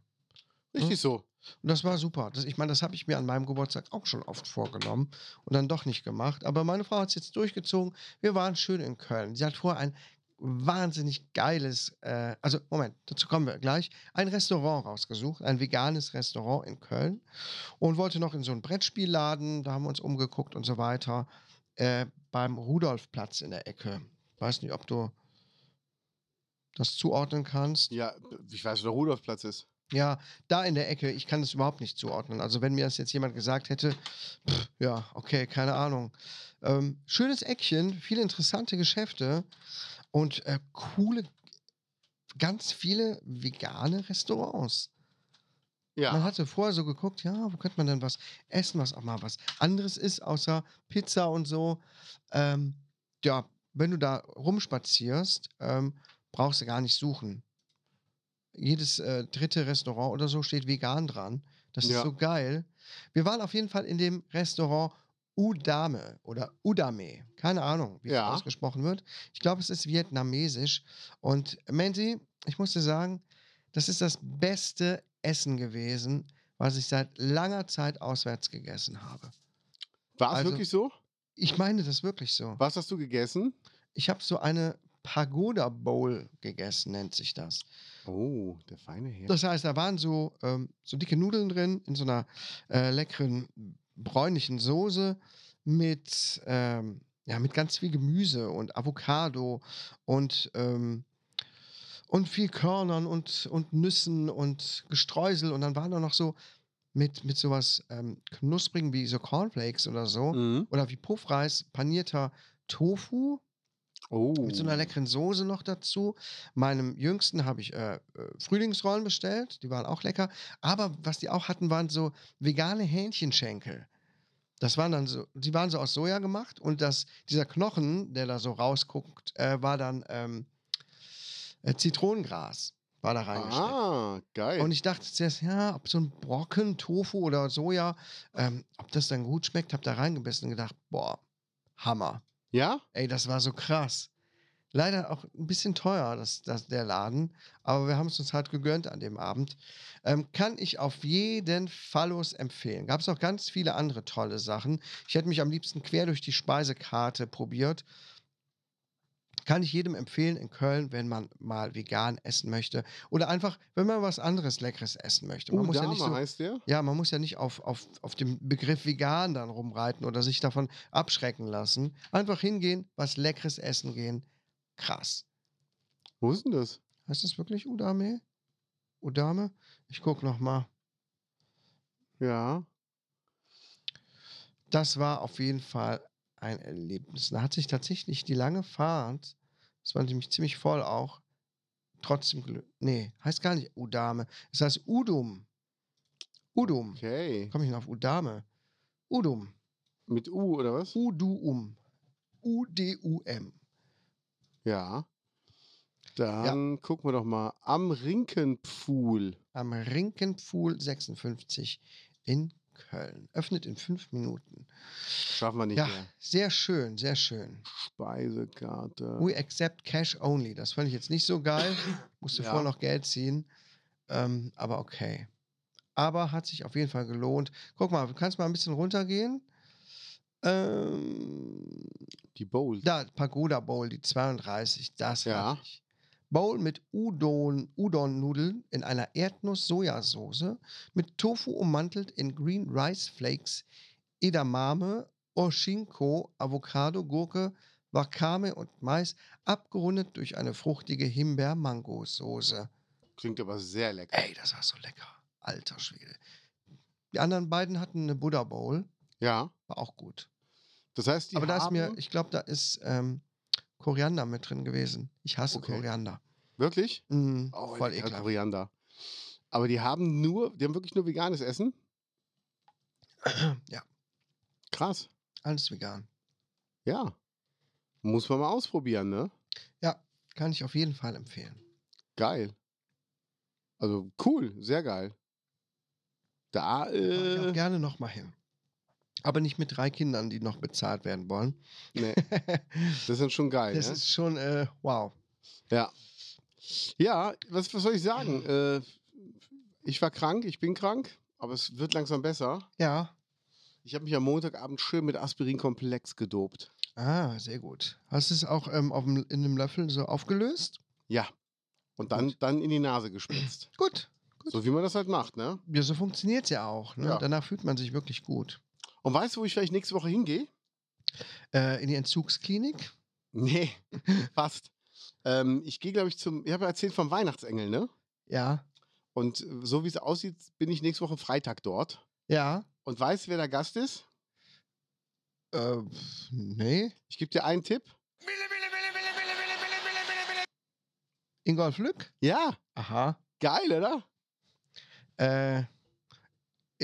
Speaker 2: Richtig so.
Speaker 1: Und das war super. Das, ich meine, das habe ich mir an meinem Geburtstag auch schon oft vorgenommen und dann doch nicht gemacht. Aber meine Frau hat es jetzt durchgezogen. Wir waren schön in Köln. Sie hat vorher ein wahnsinnig geiles, äh, also Moment, dazu kommen wir gleich, ein Restaurant rausgesucht, ein veganes Restaurant in Köln und wollte noch in so ein Brettspielladen, da haben wir uns umgeguckt und so weiter, äh, beim Rudolfplatz in der Ecke. Weiß nicht, ob du das zuordnen kannst.
Speaker 2: Ja, ich weiß, wo der Rudolfplatz ist.
Speaker 1: Ja, da in der Ecke, ich kann das überhaupt nicht zuordnen. Also, wenn mir das jetzt jemand gesagt hätte, pff, ja, okay, keine Ahnung. Ähm, schönes Eckchen, viele interessante Geschäfte und äh, coole, ganz viele vegane Restaurants. Man
Speaker 2: Ja.
Speaker 1: hatte vorher so geguckt, ja, wo könnte man denn was essen, was auch mal was anderes ist, außer Pizza und so. Ähm, ja, wenn du da rumspazierst, ähm, brauchst du gar nicht suchen. Jedes äh, dritte Restaurant oder so steht vegan dran. Das
Speaker 2: Ja.
Speaker 1: ist so geil. Wir waren auf jeden Fall in dem Restaurant Udame oder Udame. Keine Ahnung, wie
Speaker 2: Ja.
Speaker 1: es ausgesprochen wird. Ich glaube, es ist vietnamesisch. Und Mandy, ich muss dir sagen, das ist das beste Essen gewesen, was ich seit langer Zeit auswärts gegessen habe.
Speaker 2: War es
Speaker 1: also-
Speaker 2: wirklich so?
Speaker 1: Ich meine das wirklich so.
Speaker 2: Was hast du gegessen?
Speaker 1: Ich habe so eine Pagoda Bowl gegessen, nennt sich das.
Speaker 2: Oh, der feine Herr.
Speaker 1: Das heißt, da waren so, ähm, so dicke Nudeln drin in so einer äh, leckeren bräunlichen Soße mit, ähm, ja, mit ganz viel Gemüse und Avocado und, ähm, und viel Körnern und, und Nüssen und Gestreusel. Und dann waren da noch so mit, mit sowas ähm, knusprigen wie so Cornflakes oder so.
Speaker 2: Mhm.
Speaker 1: Oder wie Puffreis, panierter Tofu
Speaker 2: Oh.
Speaker 1: mit so einer leckeren Soße noch dazu. Meinem jüngsten habe ich äh, äh, Frühlingsrollen bestellt, die waren auch lecker. Aber was die auch hatten, waren so vegane Hähnchenschenkel. Das waren dann so, die waren so aus Soja gemacht und das, dieser Knochen, der da so rausguckt, äh, war dann ähm, äh, Zitronengras, war da reingesteckt.
Speaker 2: Ah, geil.
Speaker 1: Und ich dachte zuerst, ja, ob so ein Brocken, Tofu oder Soja, ähm, ob das dann gut schmeckt, habe da reingebissen und gedacht, boah, Hammer.
Speaker 2: ja?
Speaker 1: Ey, das war so krass. Leider auch ein bisschen teuer, das, das, der Laden, aber wir haben es uns halt gegönnt an dem Abend. Ähm, kann ich auf jeden Fallos empfehlen. Gab es auch ganz viele andere tolle Sachen. Ich hätte mich am liebsten quer durch die Speisekarte probiert. Kann ich jedem empfehlen in Köln, wenn man mal vegan essen möchte oder einfach, wenn man was anderes Leckeres essen möchte. Man muss ja
Speaker 2: Udama
Speaker 1: nicht so,
Speaker 2: Oh, heißt der?
Speaker 1: ja, man muss ja nicht auf, auf, auf dem Begriff vegan dann rumreiten oder sich davon abschrecken lassen. Einfach hingehen, was Leckeres essen gehen. Krass.
Speaker 2: Wo ist denn das?
Speaker 1: Heißt das wirklich Udame? Udame? Ich guck noch mal.
Speaker 2: Ja.
Speaker 1: Das war auf jeden Fall ein Erlebnis. Da hat sich tatsächlich die lange Fahrt, das war nämlich ziemlich voll auch, trotzdem gelöst. Nee, heißt gar nicht Udame. Es heißt Udum. Udum.
Speaker 2: Okay.
Speaker 1: Komme ich noch auf Udame? Udum.
Speaker 2: Mit U oder was?
Speaker 1: Uduum. U-D-U-M.
Speaker 2: Ja. Dann gucken wir doch mal. Am Rinkenpfuhl.
Speaker 1: Am Rinkenpfuhl 56 in Köln. Öffnet in fünf Minuten.
Speaker 2: Schaffen wir nicht
Speaker 1: ja,
Speaker 2: mehr.
Speaker 1: sehr schön, sehr schön.
Speaker 2: Speisekarte.
Speaker 1: We accept cash only. Das fand ich jetzt nicht so geil. Musste
Speaker 2: Ja.
Speaker 1: vorher noch Geld ziehen. Ähm, aber okay. Aber hat sich auf jeden Fall gelohnt. Guck mal, du kannst mal ein bisschen runtergehen. Ähm,
Speaker 2: Die Bowl.
Speaker 1: Da, Pagoda Bowl, die 32, das
Speaker 2: Ja.
Speaker 1: hatte ich. Bowl mit Udon- Udon-Nudeln in einer Erdnuss-Sojasauce, mit Tofu ummantelt in Green Rice Flakes, Edamame, Oshinko, Avocado, Gurke, Wakame und Mais, abgerundet durch eine fruchtige Himbeer-Mango-Soße.
Speaker 2: Klingt aber sehr lecker.
Speaker 1: Ey, das war so lecker. Alter Schwede. Die anderen beiden hatten eine Buddha Bowl,
Speaker 2: Ja.
Speaker 1: war auch gut.
Speaker 2: Das heißt, die
Speaker 1: Aber da ist
Speaker 2: haben...
Speaker 1: mir, ich glaube, da ist ähm, Koriander mit drin gewesen. Ich hasse
Speaker 2: Okay.
Speaker 1: Koriander.
Speaker 2: Wirklich?
Speaker 1: Mm,
Speaker 2: Oh,
Speaker 1: voll
Speaker 2: lecker
Speaker 1: ekelhaft.
Speaker 2: Koriander. Aber die haben nur, die haben wirklich nur veganes Essen?
Speaker 1: Ja.
Speaker 2: Krass.
Speaker 1: Alles vegan.
Speaker 2: Ja. Muss man mal ausprobieren, ne?
Speaker 1: Kann ich auf jeden Fall empfehlen.
Speaker 2: Geil. Also cool, sehr geil. Da,
Speaker 1: Fahr ich auch
Speaker 2: äh,
Speaker 1: gerne nochmal hin. Aber nicht mit drei Kindern, die noch bezahlt werden wollen.
Speaker 2: nee,
Speaker 1: das
Speaker 2: das ist dann schon geil. ne?
Speaker 1: ist schon, äh, wow.
Speaker 2: Ja, was, was soll ich sagen? Äh, ich war krank, ich bin krank, aber es wird langsam besser.
Speaker 1: Ja.
Speaker 2: Ich habe mich am Montagabend schön mit Aspirin-Komplex gedopt.
Speaker 1: Ah, sehr gut. Hast du es auch ähm, auf dem, in einem Löffel so aufgelöst?
Speaker 2: Ja. Und dann, dann in die Nase gespritzt.
Speaker 1: Gut.
Speaker 2: So wie man das halt macht, ne?
Speaker 1: Ja, so funktioniert es ja auch. Ne?
Speaker 2: Ja.
Speaker 1: Danach fühlt man sich wirklich gut.
Speaker 2: Und weißt du, wo ich vielleicht nächste Woche hingehe?
Speaker 1: Äh, in die Entzugsklinik?
Speaker 2: Nee, fast. Ähm, ich gehe, glaube ich, zum. Ich habe ja erzählt vom Weihnachtsengel, ne?
Speaker 1: Ja.
Speaker 2: Und äh, so wie es aussieht, bin ich nächste Woche Freitag dort.
Speaker 1: Ja.
Speaker 2: Und weißt du, wer der Gast ist?
Speaker 1: Äh, pf, nee.
Speaker 2: Ich gebe dir einen Tipp.
Speaker 1: Ingolf Lück?
Speaker 2: Ja,
Speaker 1: Aha.
Speaker 2: geil, oder?
Speaker 1: Äh,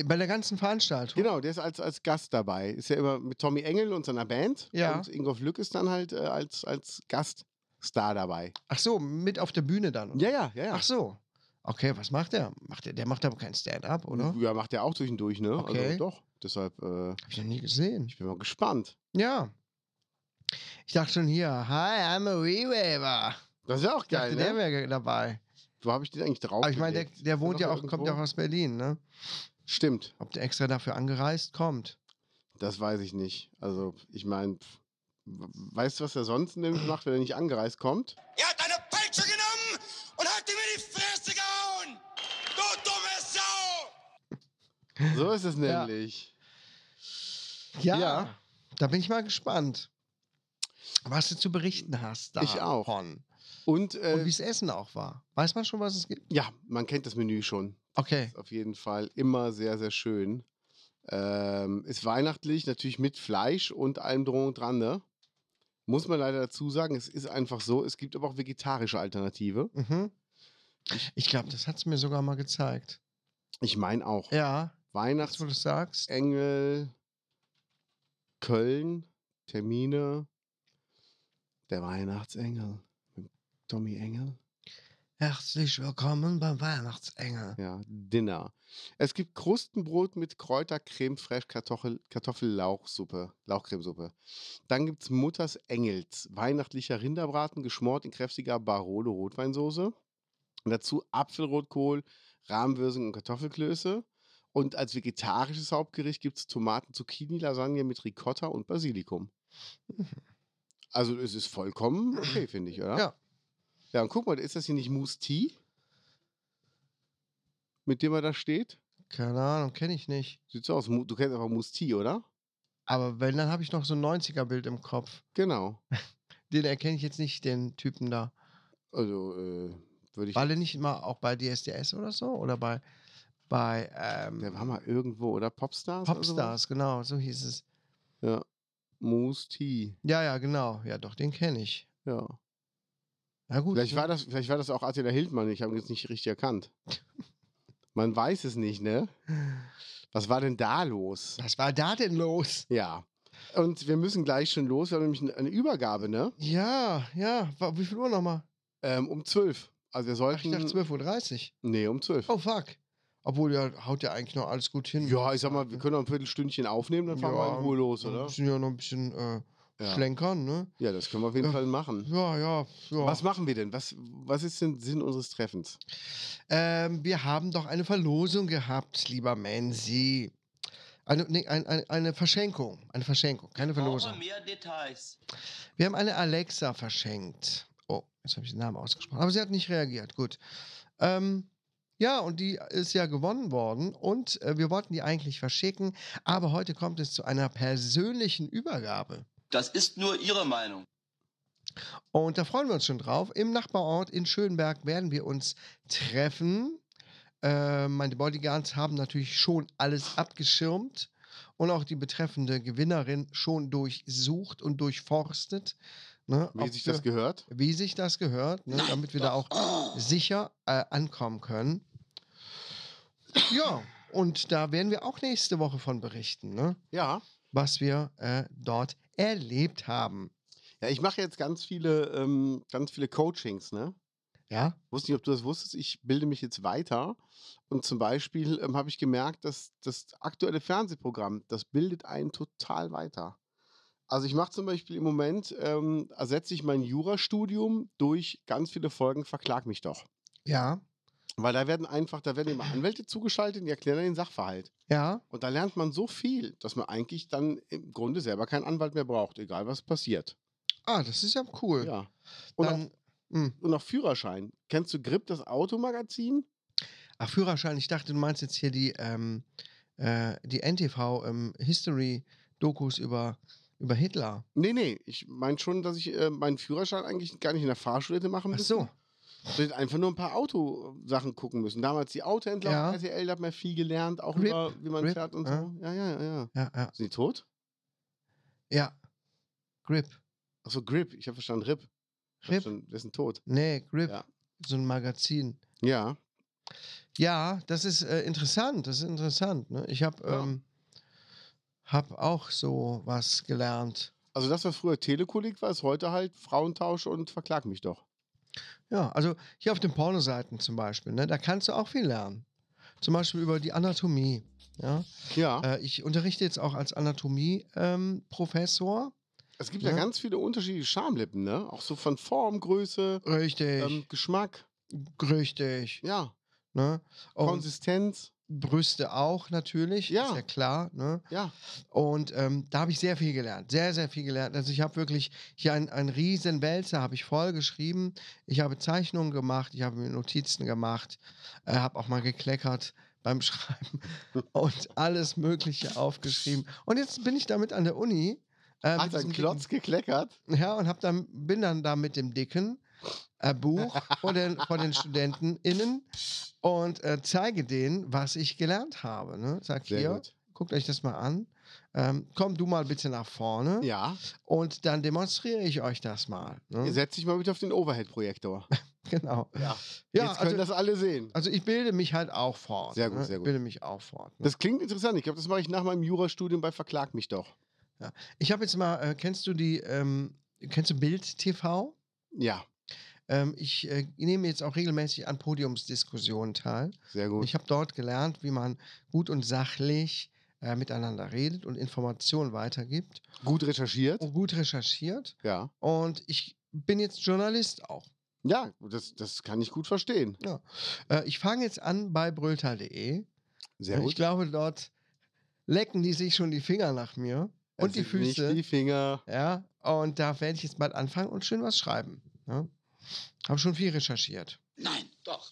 Speaker 1: bei der ganzen Veranstaltung.
Speaker 2: Genau, der ist als, als Gast dabei. Ist ja immer mit Tommy Engel und seiner Band.
Speaker 1: Ja.
Speaker 2: Und Ingolf Lück ist dann halt äh, als, als Gaststar dabei.
Speaker 1: Ach so, mit auf der Bühne dann. oder?
Speaker 2: Ja, ja, ja, ja.
Speaker 1: Ach so. Okay, was macht der? Macht der, der macht aber kein Stand-up, oder?
Speaker 2: Ja, macht er auch durch und durch, ne?
Speaker 1: Okay.
Speaker 2: Also doch. Deshalb, äh,
Speaker 1: Hab ich noch nie gesehen.
Speaker 2: ich bin mal gespannt.
Speaker 1: Ja. Ich dachte schon hier, hi, I'm a Rewaver.
Speaker 2: Das ist ja auch
Speaker 1: Ich dachte,
Speaker 2: geil,
Speaker 1: der
Speaker 2: ne?
Speaker 1: wäre dabei.
Speaker 2: Wo habe ich den eigentlich drauf?
Speaker 1: Aber ich meine, der,
Speaker 2: gelegt? Ist
Speaker 1: der wohnt
Speaker 2: noch
Speaker 1: ja auch,
Speaker 2: irgendwo?
Speaker 1: kommt ja auch aus Berlin, ne?
Speaker 2: Stimmt,
Speaker 1: Ob der extra dafür angereist kommt.
Speaker 2: das weiß ich nicht. Also, ich meine, pf, w- weißt du, was er sonst nämlich macht, wenn er nicht angereist kommt?
Speaker 4: Er hat eine Peitsche genommen und hat ihm in die Fresse gehauen. Du dumme Sau!
Speaker 2: So ist es
Speaker 1: Ja.
Speaker 2: nämlich.
Speaker 1: Ja,
Speaker 2: Ja.
Speaker 1: Da bin ich mal gespannt. Was du zu berichten hast davon.
Speaker 2: Ich auch. Und, äh,
Speaker 1: Und wie es Essen auch war. Weiß man schon, was es gibt?
Speaker 2: ja, man kennt das Menü schon.
Speaker 1: Okay.
Speaker 2: Ist auf jeden Fall immer sehr, sehr schön. Ähm, ist weihnachtlich, natürlich mit Fleisch und allem drum und dran, ne? Muss man leider dazu sagen, es ist einfach so. Es gibt aber auch vegetarische Alternative.
Speaker 1: Mhm. Ich glaube, das hat es mir sogar mal gezeigt.
Speaker 2: Ich meine auch.
Speaker 1: Ja, jetzt wo
Speaker 2: Weihnachtsengel,
Speaker 1: du es sagst.
Speaker 2: Köln, Termine, der Weihnachtsengel. Tommy Engel.
Speaker 1: Herzlich willkommen beim Weihnachtsengel.
Speaker 2: Ja, Dinner. Es gibt Krustenbrot mit Kräuter, Creme fraiche, Kartoffel, Kartoffellauchsuppe, Lauchcremesuppe. Dann gibt es Mutters Engels, weihnachtlicher Rinderbraten, geschmort in kräftiger Barolo Rotweinsoße. Und dazu Apfelrotkohl, Rahmwürsing und Kartoffelklöße. Und als vegetarisches Hauptgericht gibt es Tomaten, Zucchini, Lasagne mit Ricotta und Basilikum. Also es ist vollkommen okay, finde ich, oder?
Speaker 1: Ja.
Speaker 2: Ja, und guck mal, ist das hier nicht Mousse Tea? Mit dem er da steht?
Speaker 1: Keine Ahnung, kenne ich nicht.
Speaker 2: Sieht so aus. Mu- Du kennst einfach Musti, oder?
Speaker 1: Aber wenn, dann habe ich noch so ein 90er-Bild im Kopf.
Speaker 2: Genau.
Speaker 1: Den erkenne ich jetzt nicht, den Typen da.
Speaker 2: Also, äh, würde ich.
Speaker 1: War der nicht mal auch bei DSDS oder so? Oder bei, bei
Speaker 2: Der
Speaker 1: ähm,
Speaker 2: war mal irgendwo, oder? Popstars? oder sowas?
Speaker 1: Popstars, genau, so hieß es.
Speaker 2: Ja. Musti.
Speaker 1: Ja, ja, genau. Ja, doch, den kenne ich.
Speaker 2: Ja.
Speaker 1: Na gut.
Speaker 2: Vielleicht
Speaker 1: ne?
Speaker 2: war, das, vielleicht war das auch Attila Hildmann. Ich habe ihn jetzt nicht richtig erkannt. Man weiß es nicht, ne? Was war denn da los?
Speaker 1: Was war da denn los?
Speaker 2: Ja. Und wir müssen gleich schon los. Wir haben nämlich eine Übergabe, ne?
Speaker 1: Ja, ja. wa- Wie viel Uhr nochmal?
Speaker 2: Ähm, um 12. Also wir
Speaker 1: Ach, ich
Speaker 2: sollten.
Speaker 1: dachte 12.30
Speaker 2: nee, um 12.
Speaker 1: Uhr. Oh, fuck. Obwohl, ja, haut ja eigentlich noch alles gut hin.
Speaker 2: Ja, ich sag mal, wir können noch ein Viertelstündchen aufnehmen, dann fahren wir in Ruhe los,
Speaker 1: Wir
Speaker 2: oder?
Speaker 1: müssen Also, ja noch ein bisschen äh,
Speaker 2: Ja.
Speaker 1: schlenkern, ne?
Speaker 2: Ja, das können wir auf jeden
Speaker 1: Ja.
Speaker 2: Fall machen.
Speaker 1: Ja, ja, ja.
Speaker 2: Was machen wir denn? Was, was ist denn Sinn unseres Treffens?
Speaker 1: Ähm, wir haben doch eine Verlosung gehabt, lieber Mansi. Eine, nee, ein, ein, eine Verschenkung. Eine Verschenkung, keine Verlosung.
Speaker 5: mehr Details.
Speaker 1: Wir haben eine Alexa verschenkt. Oh, jetzt habe ich den Namen ausgesprochen. Aber sie hat nicht reagiert. Gut. Ähm, ja, und die ist ja gewonnen worden. Und äh, wir wollten die eigentlich verschicken. Aber heute kommt es zu einer persönlichen Übergabe.
Speaker 5: Das ist nur Ihre Meinung.
Speaker 1: Und da freuen wir uns schon drauf. Im Nachbarort in Schönberg werden wir uns treffen. Äh, meine Bodyguards haben natürlich schon alles abgeschirmt und auch die betreffende Gewinnerin schon durchsucht und durchforstet. Ne,
Speaker 2: Wie
Speaker 1: ob
Speaker 2: sich
Speaker 1: wir-
Speaker 2: das gehört?
Speaker 1: wie sich das gehört, ne, damit wir da auch sicher äh, ankommen können. Ja, und da werden wir auch nächste Woche von berichten, ne,
Speaker 2: Ja.
Speaker 1: was wir äh, dort erlebt haben.
Speaker 2: Ja, ich mache jetzt ganz viele, ähm, ganz viele Coachings, ne?
Speaker 1: Ja,
Speaker 2: Wusste nicht, ob du das wusstest. Ich bilde mich jetzt weiter. Und zum Beispiel ähm, habe ich gemerkt, dass das aktuelle Fernsehprogramm, das bildet einen total weiter. Also ich mache zum Beispiel im Moment, ähm, ersetze ich mein Jurastudium durch ganz viele Folgen, verklag mich doch.
Speaker 1: ja,
Speaker 2: Weil da werden einfach, da werden immer Anwälte zugeschaltet, die erklären dann den Sachverhalt.
Speaker 1: ja.
Speaker 2: Und da lernt man so viel, dass man eigentlich dann im Grunde selber keinen Anwalt mehr braucht, egal was passiert.
Speaker 1: Ah, das ist ja cool.
Speaker 2: Ja. Und,
Speaker 1: Dann, hm.
Speaker 2: auch,
Speaker 1: mh.
Speaker 2: und auch Führerschein. Kennst du Grip, das Automagazin?
Speaker 1: Ach, Führerschein, ich dachte, du meinst jetzt hier die, ähm, äh, die NTV ähm, History-Dokus über, über Hitler.
Speaker 2: Nee, nee, ich meine schon, dass ich äh, meinen Führerschein eigentlich gar nicht in der Fahrschule hätte machen
Speaker 1: Ach
Speaker 2: müssen.
Speaker 1: so.
Speaker 2: Ich hätte einfach nur ein paar Autosachen gucken müssen. Damals die Autohändler,
Speaker 1: Ja.
Speaker 2: auf RTL, da hat man viel gelernt, auch
Speaker 1: Grip,
Speaker 2: über wie man
Speaker 1: Grip,
Speaker 2: fährt und
Speaker 1: ja.
Speaker 2: so. Ja, ja, ja, ja.
Speaker 1: Ja, ja.
Speaker 2: Sind die tot?
Speaker 1: ja. Grip.
Speaker 2: Achso, Grip, ich habe verstanden, Rip. Ich hab
Speaker 1: Grip?
Speaker 2: verstanden, Dessen tot.
Speaker 1: Nee, Grip.
Speaker 2: Ja.
Speaker 1: So ein Magazin.
Speaker 2: Ja.
Speaker 1: Ja, das ist äh, interessant. Das ist interessant. Ne? Ich habe
Speaker 2: Ja.
Speaker 1: ähm, hab auch so was gelernt.
Speaker 2: Also das, was früher Telekolleg war, ist heute halt Frauentausch und verklag mich doch.
Speaker 1: Ja, also hier auf den Pornoseiten zum Beispiel, ne, da kannst du auch viel lernen. Zum Beispiel über die Anatomie. Ja?
Speaker 2: Ja.
Speaker 1: Äh, ich unterrichte jetzt auch als ähm, Anatomie-Professor.
Speaker 2: Es gibt ja
Speaker 1: Ne?
Speaker 2: ganz viele unterschiedliche Schamlippen, ne? Auch so von Form, Größe,
Speaker 1: richtig,
Speaker 2: ähm, Geschmack,
Speaker 1: richtig.
Speaker 2: ja,
Speaker 1: Ne? Und
Speaker 2: Konsistenz,
Speaker 1: Brüste auch natürlich,
Speaker 2: Ja.
Speaker 1: ist ja klar. Ne?
Speaker 2: ja.
Speaker 1: Und ähm, da habe ich sehr viel gelernt, sehr, sehr viel gelernt. Also ich habe wirklich hier einen, einen riesen Wälzer, habe ich voll geschrieben. Ich habe Zeichnungen gemacht, ich habe mir Notizen gemacht, äh, habe auch mal gekleckert beim Schreiben und alles Mögliche aufgeschrieben. Und jetzt bin ich damit an der Uni. äh, mit
Speaker 2: Hat ein
Speaker 1: diesem
Speaker 2: Klotz gekleckert.
Speaker 1: dicken- Ja, und hab dann, bin dann da mit dem dicken äh, Buch vor den, vor den StudentenInnen und äh, zeige denen, was ich gelernt habe. Ne? Sag
Speaker 2: Sehr
Speaker 1: hier,
Speaker 2: gut.
Speaker 1: guckt euch das mal an. Ähm, komm du mal bitte nach vorne
Speaker 2: Ja.
Speaker 1: und dann demonstriere ich euch das mal. Ne?
Speaker 2: Setz dich mal bitte auf den Overhead-Projektor.
Speaker 1: Genau.
Speaker 2: Ja.
Speaker 1: Ja,
Speaker 2: Jetzt können
Speaker 1: also,
Speaker 2: das alle sehen.
Speaker 1: also ich bilde mich halt auch fort.
Speaker 2: Sehr gut,
Speaker 1: ne?
Speaker 2: sehr gut.
Speaker 1: Ich bilde mich auch fort. Ne?
Speaker 2: Das klingt interessant. Ich glaube, das mache ich nach meinem Jurastudium bei Verklag mich doch.
Speaker 1: Ich habe jetzt mal, äh, kennst du die, ähm, kennst du Bild TV?
Speaker 2: Ja,
Speaker 1: Ähm, ich äh, nehme jetzt auch regelmäßig an Podiumsdiskussionen teil.
Speaker 2: sehr
Speaker 1: Und
Speaker 2: gut.
Speaker 1: Ich habe dort gelernt, wie man gut und sachlich äh, miteinander redet und Informationen weitergibt
Speaker 2: Gut recherchiert.
Speaker 1: und gut recherchiert.
Speaker 2: Ja.
Speaker 1: Und ich bin jetzt Journalist auch.
Speaker 2: Ja, das, das kann ich gut verstehen.
Speaker 1: Äh, ich fange jetzt an bei brötal.de.
Speaker 2: Sehr
Speaker 1: Ich
Speaker 2: gut.
Speaker 1: glaube, dort lecken die sich schon die Finger nach mir
Speaker 2: Es
Speaker 1: und die
Speaker 2: sind nicht
Speaker 1: Füße.
Speaker 2: die Finger.
Speaker 1: Ja, und da werde ich jetzt bald anfangen und schön was schreiben. Ja. Habe schon viel recherchiert.
Speaker 5: Nein, doch.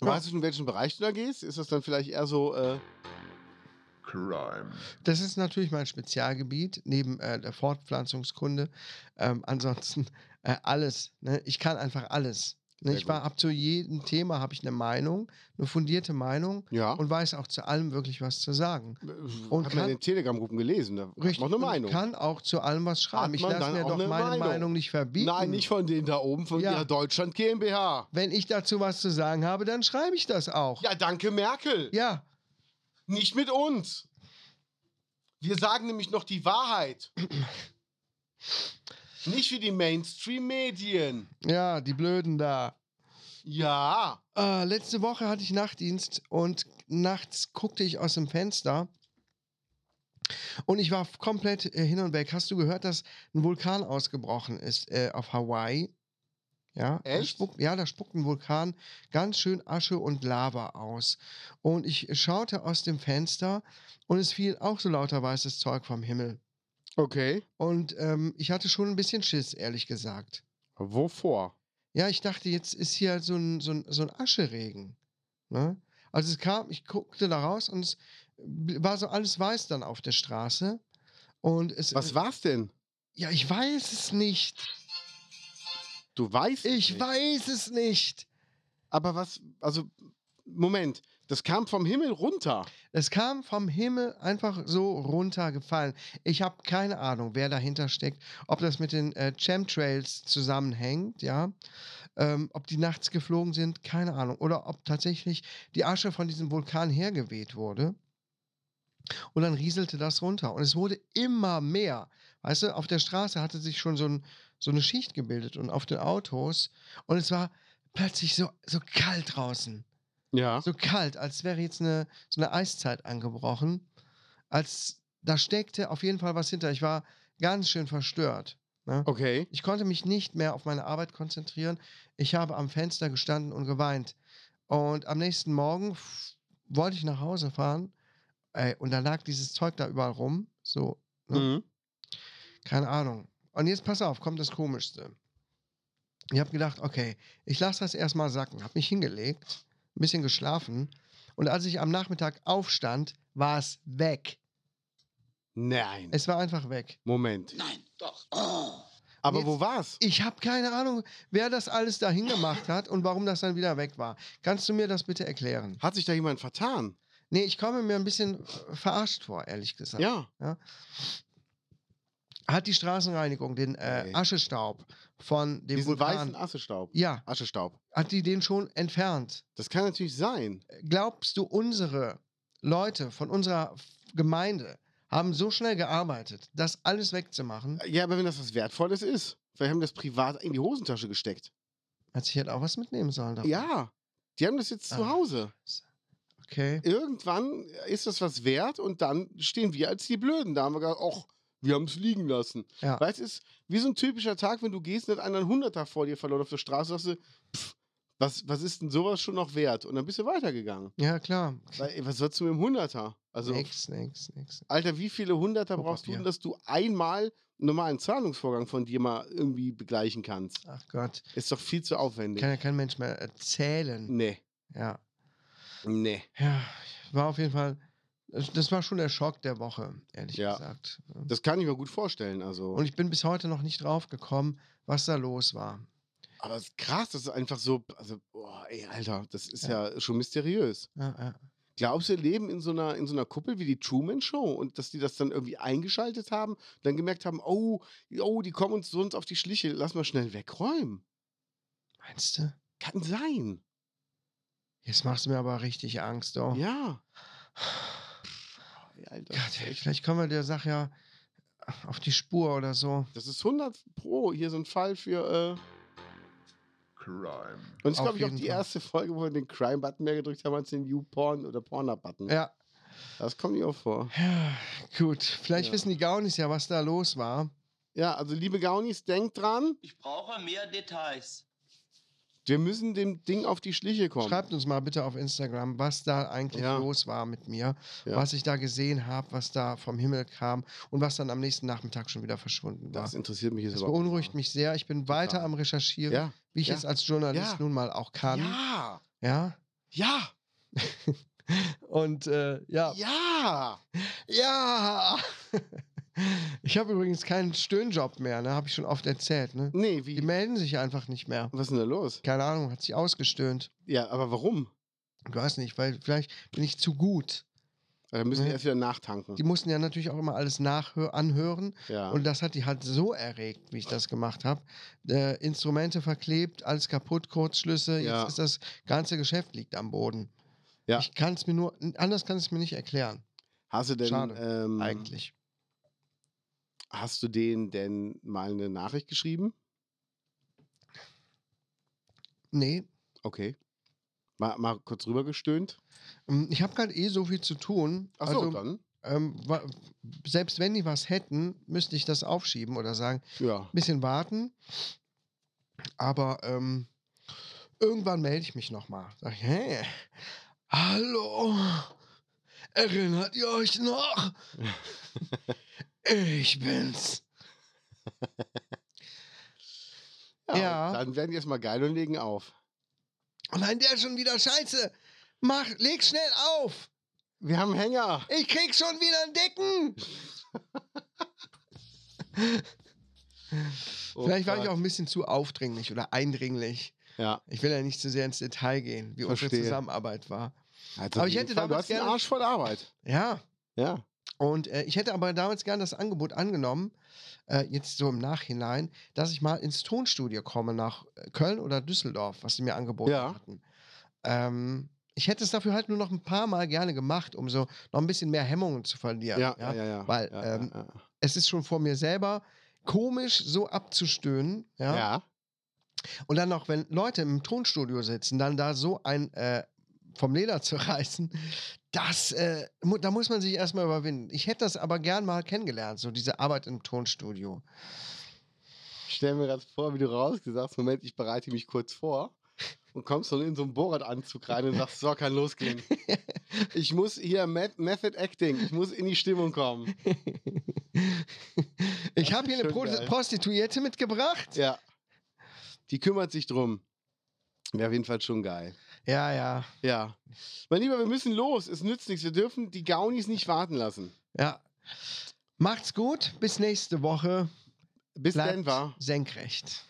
Speaker 2: Weißt du schon, in welchen Bereich du da gehst? Ist das dann vielleicht eher so. Äh,
Speaker 6: Crime.
Speaker 1: Das ist natürlich mein Spezialgebiet, neben äh, der Fortpflanzungskunde. Ähm, ansonsten äh, alles. Ne? Ich kann einfach alles. Ne?
Speaker 2: Sehr
Speaker 1: Ich war ab zu jedem Thema, habe ich eine Meinung, eine fundierte Meinung
Speaker 2: ja.
Speaker 1: und weiß auch zu allem wirklich was zu sagen. und
Speaker 2: Und hat man in
Speaker 1: kann-
Speaker 2: den Telegram-Gruppen gelesen. Da Richtig. Hat man
Speaker 1: und
Speaker 2: eine Meinung.
Speaker 1: kann auch zu allem was schreiben.
Speaker 2: Hat
Speaker 1: Ich
Speaker 2: man
Speaker 1: lasse
Speaker 2: dann
Speaker 1: mir
Speaker 2: auch
Speaker 1: doch
Speaker 2: eine
Speaker 1: meine Meinung.
Speaker 2: Meinung?
Speaker 1: nicht verbieten.
Speaker 2: Nein, nicht von denen da oben, von
Speaker 1: Ja.
Speaker 2: ihrer Deutschland GmbH.
Speaker 1: Wenn ich dazu was zu sagen habe, dann schreibe ich das auch.
Speaker 2: Ja, danke, Merkel.
Speaker 1: ja.
Speaker 2: Nicht mit uns. Wir sagen nämlich noch die Wahrheit. Nicht wie die Mainstream-Medien.
Speaker 1: Ja, die Blöden da.
Speaker 2: Ja.
Speaker 1: Äh, letzte Woche hatte ich Nachtdienst und nachts guckte ich aus dem Fenster und ich war f- komplett äh, hin und weg. Hast du gehört, dass ein Vulkan ausgebrochen ist äh, auf Hawaii? Ja, da
Speaker 2: Echt?
Speaker 1: Spuckt, ja, da spuckt ein Vulkan ganz schön Asche und Lava aus. Und ich schaute aus dem Fenster und es fiel auch so lauter weißes Zeug vom Himmel.
Speaker 2: Okay.
Speaker 1: Und ähm, ich hatte schon ein bisschen Schiss, ehrlich gesagt.
Speaker 2: Wovor?
Speaker 1: Ja, ich dachte, jetzt ist hier so ein, so ein, so ein Ascheregen. Ne? Also es kam, ich guckte da raus und es bl- war so alles weiß dann auf der Straße. Und es. äh,
Speaker 2: Was war's denn?
Speaker 1: Ja, ich weiß es nicht.
Speaker 2: Du weißt. es
Speaker 1: Ich
Speaker 2: nicht.
Speaker 1: weiß es nicht.
Speaker 2: Aber was. Also, Moment. Das kam vom Himmel runter.
Speaker 1: Es kam vom Himmel einfach so runtergefallen. Ich habe keine Ahnung, wer dahinter steckt, ob das mit den äh, Chemtrails zusammenhängt, ja, ähm, ob die nachts geflogen sind, keine Ahnung, oder ob tatsächlich die Asche von diesem Vulkan hergeweht wurde. Und dann rieselte das runter und es wurde immer mehr. Weißt du, auf der Straße hatte sich schon so, ein, so eine Schicht gebildet und auf den Autos und es war plötzlich so, so kalt draußen
Speaker 2: Ja.
Speaker 1: so kalt, als wäre jetzt eine, so eine Eiszeit angebrochen. Als da steckte auf jeden Fall was hinter. Ich war ganz schön verstört. Ne?
Speaker 2: Okay.
Speaker 1: Ich konnte mich nicht mehr auf meine Arbeit konzentrieren. Ich habe am Fenster gestanden und geweint. Und am nächsten Morgen f- wollte ich nach Hause fahren. Ey, und da lag dieses Zeug da überall rum. So, Ne?
Speaker 2: Mhm.
Speaker 1: keine Ahnung. Und jetzt pass auf, kommt das Komischste. Ich habe gedacht, okay, ich lasse das erstmal sacken. Habe mich hingelegt, ein bisschen geschlafen. Und als ich am Nachmittag aufstand, war es weg.
Speaker 2: Nein.
Speaker 1: Es war einfach weg.
Speaker 2: Moment.
Speaker 5: Nein, doch.
Speaker 2: Aber
Speaker 1: Jetzt-
Speaker 2: wo war's?
Speaker 1: Ich habe keine Ahnung, wer das alles dahin gemacht hat und warum das dann wieder weg war. Kannst du mir das bitte erklären?
Speaker 2: Hat sich da jemand vertan?
Speaker 1: Nee, ich komme mir ein bisschen äh, verarscht vor, ehrlich gesagt.
Speaker 2: Ja.
Speaker 1: Hat die Straßenreinigung den äh,
Speaker 2: Okay.
Speaker 1: Aschestaub von dem
Speaker 2: Diesen weißen
Speaker 1: Vulkan?
Speaker 2: Assestaub.
Speaker 1: Ja,
Speaker 2: Aschestaub.
Speaker 1: hat die den schon entfernt?
Speaker 2: Das kann natürlich sein.
Speaker 1: glaubst du, unsere Leute von unserer F- Gemeinde haben so schnell gearbeitet, das alles wegzumachen,
Speaker 2: Äh, Ja, aber wenn das was Wertvolles ist. Vielleicht haben die das privat in die Hosentasche gesteckt.
Speaker 1: hat sich halt auch was mitnehmen sollen. davon.
Speaker 2: Ja. Die haben das jetzt zu
Speaker 1: Ah.
Speaker 2: Hause.
Speaker 1: Okay.
Speaker 2: Irgendwann äh, ist das was wert und dann stehen wir als die Blöden. Da haben wir gesagt, ach, wir haben es liegen lassen.
Speaker 1: Ja.
Speaker 2: Weil es ist wie so ein typischer Tag, wenn du gehst und hat einer einen Hunderter vor dir verloren auf der Straße, sagst du, pff, was, was ist denn sowas schon noch wert? Und dann bist du weitergegangen.
Speaker 1: Ja, klar.
Speaker 2: Weil, ey, was sollst du mit dem Hunderter? Also,
Speaker 1: nix, nix, nix.
Speaker 2: Alter, wie viele Hunderter
Speaker 1: Klopapier.
Speaker 2: brauchst du denn, dass du einmal einen normalen Zahlungsvorgang von dir mal irgendwie begleichen kannst?
Speaker 1: Ach Gott.
Speaker 2: Ist doch viel zu aufwendig.
Speaker 1: Kann ja kein Mensch mehr erzählen.
Speaker 2: Nee,
Speaker 1: Ja.
Speaker 2: nee.
Speaker 1: Ja, war auf jeden Fall. Das das war schon der Schock der Woche, ehrlich
Speaker 2: Ja.
Speaker 1: gesagt.
Speaker 2: Das kann ich mir gut vorstellen. Also.
Speaker 1: Und ich bin bis heute noch nicht drauf gekommen, was da los war.
Speaker 2: Aber es ist krass, das ist einfach so, also, boah, ey, Alter, das ist ja, schon mysteriös.
Speaker 1: Ja, ja.
Speaker 2: Glaubst du, wir leben in so, einer, in so einer Kuppel wie die Truman Show und dass die das dann irgendwie eingeschaltet haben, dann gemerkt haben, oh, oh, die kommen uns sonst auf die Schliche, lass mal schnell wegräumen.
Speaker 1: Meinst du?
Speaker 2: Kann sein.
Speaker 1: Jetzt machst du mir aber richtig Angst, doch.
Speaker 2: Ja. Ey, Alter, das
Speaker 1: Gott,
Speaker 2: ist
Speaker 1: ey,
Speaker 2: echt-
Speaker 1: vielleicht kommen wir der Sache ja auf die Spur oder so.
Speaker 2: das ist 100 Pro hier so ein Fall für. Äh,
Speaker 6: crime,
Speaker 2: und das ist,
Speaker 1: Auf
Speaker 2: glaube ich, auch
Speaker 1: jeden
Speaker 2: die
Speaker 1: Fall.
Speaker 2: erste Folge, wo wir den Crime-Button mehr gedrückt haben als den You-Porn oder Porner-Button.
Speaker 1: Ja,
Speaker 2: Das kommt nicht auch vor.
Speaker 1: ja gut. Vielleicht
Speaker 2: Ja.
Speaker 1: wissen die Gaunis ja, was da los war.
Speaker 2: Ja, also liebe Gaunis, denkt dran,
Speaker 5: Ich brauche mehr Details.
Speaker 2: wir müssen dem Ding auf die Schliche kommen.
Speaker 1: Schreibt uns mal bitte auf Instagram, was da eigentlich
Speaker 2: Ja.
Speaker 1: los war mit mir,
Speaker 2: Ja.
Speaker 1: was ich da gesehen habe, was da vom Himmel kam und was dann am nächsten Nachmittag schon wieder verschwunden war.
Speaker 2: das
Speaker 1: Das,
Speaker 2: interessiert mich jetzt überhaupt nicht.
Speaker 1: beunruhigt mich sehr. Ich bin weiter am Recherchieren,
Speaker 2: Ja.
Speaker 1: wie ich
Speaker 2: Ja.
Speaker 1: es als Journalist
Speaker 2: Ja.
Speaker 1: nun mal auch kann. Ja.
Speaker 2: Ja.
Speaker 1: Ja. und äh, ja.
Speaker 2: Ja.
Speaker 1: Ja! Ich habe übrigens keinen Stöhnjob mehr, ne? Habe ich schon oft erzählt, ne?
Speaker 2: Nee,
Speaker 1: Die
Speaker 2: wie.
Speaker 1: melden sich einfach nicht mehr.
Speaker 2: Was ist denn da los?
Speaker 1: Keine Ahnung, hat sich ausgestöhnt.
Speaker 2: Ja, aber warum?
Speaker 1: Ich weiß nicht, weil vielleicht bin ich zu gut.
Speaker 2: Da müssen
Speaker 1: Mhm.
Speaker 2: wir erst wieder nachtanken.
Speaker 1: Die mussten ja natürlich auch immer alles nachhö- anhören.
Speaker 2: ja.
Speaker 1: Und das hat die halt so erregt, wie ich das gemacht habe. Äh, Instrumente verklebt, alles kaputt, Kurzschlüsse.
Speaker 2: Ja.
Speaker 1: Jetzt ist das ganze Geschäft liegt am Boden.
Speaker 2: Ja.
Speaker 1: Ich kann es mir nur, anders kann es mir nicht erklären,
Speaker 2: hast du denn
Speaker 1: Schade,
Speaker 2: ähm,
Speaker 1: eigentlich.
Speaker 2: Hast du denen denn mal eine Nachricht geschrieben?
Speaker 1: Nee,
Speaker 2: Okay. Mal, mal kurz rübergestöhnt.
Speaker 1: Ähm, Ich habe gerade eh so viel zu tun.
Speaker 2: Ach so,
Speaker 1: also,
Speaker 2: dann.
Speaker 1: ähm, wa- selbst wenn die was hätten, müsste ich das aufschieben oder sagen,
Speaker 2: Ja.
Speaker 1: ein bisschen warten. Aber ähm, irgendwann melde ich mich nochmal. Sag ich, hey, hallo, erinnert ihr euch noch? ich bin's. Ja.
Speaker 2: Dann werden die erstmal geil und legen auf.
Speaker 1: Oh nein, der ist schon wieder scheiße. Mach, leg schnell auf.
Speaker 2: Wir haben einen Hänger.
Speaker 1: Ich krieg schon wieder einen Dicken.
Speaker 2: Oh
Speaker 1: Vielleicht war ich
Speaker 2: Gott.
Speaker 1: auch ein bisschen zu aufdringlich oder eindringlich.
Speaker 2: Ja.
Speaker 1: Ich will ja nicht zu sehr ins Detail gehen, wie unsere
Speaker 2: Verstehe.
Speaker 1: Zusammenarbeit war.
Speaker 2: Also
Speaker 1: Aber
Speaker 2: auf
Speaker 1: ich
Speaker 2: jeden
Speaker 1: hätte
Speaker 2: Fall, du
Speaker 1: damals
Speaker 2: hast einen
Speaker 1: gerne-
Speaker 2: Arsch voll Arbeit.
Speaker 1: Ja,
Speaker 2: Ja.
Speaker 1: und äh, ich hätte aber damals gern das Angebot angenommen, äh, jetzt so im Nachhinein, dass ich mal ins Tonstudio komme nach äh, Köln oder Düsseldorf, was sie mir angeboten
Speaker 2: Ja.
Speaker 1: hatten. Ähm, ich hätte es dafür halt nur noch ein paar Mal gerne gemacht, um so noch ein bisschen mehr Hemmungen zu verlieren.
Speaker 2: Ja, ja, ja. ja.
Speaker 1: Weil,
Speaker 2: ja,
Speaker 1: ähm,
Speaker 2: ja, ja.
Speaker 1: Es ist schon vor mir selber komisch, so abzustöhnen. Ja.
Speaker 2: ja.
Speaker 1: Und dann noch, wenn Leute im Tonstudio sitzen, dann da so ein äh, vom Leder zu reißen, das, äh, mu da muss man sich erstmal überwinden. Ich hätte das aber gern mal kennengelernt, so diese Arbeit im Tonstudio.
Speaker 2: Ich stell mir gerade vor, wie du rausgesagt hast, Moment, ich bereite mich kurz vor und kommst dann in so einen Borat-Anzug rein und sagst, so kann losgehen. Ich muss hier Me- Method Acting, ich muss in die Stimmung kommen.
Speaker 1: ich habe hier
Speaker 2: ist
Speaker 1: eine
Speaker 2: schon
Speaker 1: Pro
Speaker 2: geil.
Speaker 1: Prostituierte mitgebracht. Ja.
Speaker 2: Ja. Die kümmert sich drum. Wäre auf jeden Fall schon geil.
Speaker 1: ja,
Speaker 2: Ja. Mein Lieber, wir müssen los. Es nützt nichts. Wir dürfen die Gaunis nicht warten lassen.
Speaker 1: ja. Macht's gut, bis nächste Woche.
Speaker 2: Bis
Speaker 1: Bleibt
Speaker 2: Denver.
Speaker 1: senkrecht.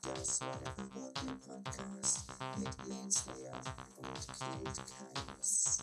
Speaker 7: Das war der Boarding Podcast mit Lance Lehr und Kate Keines.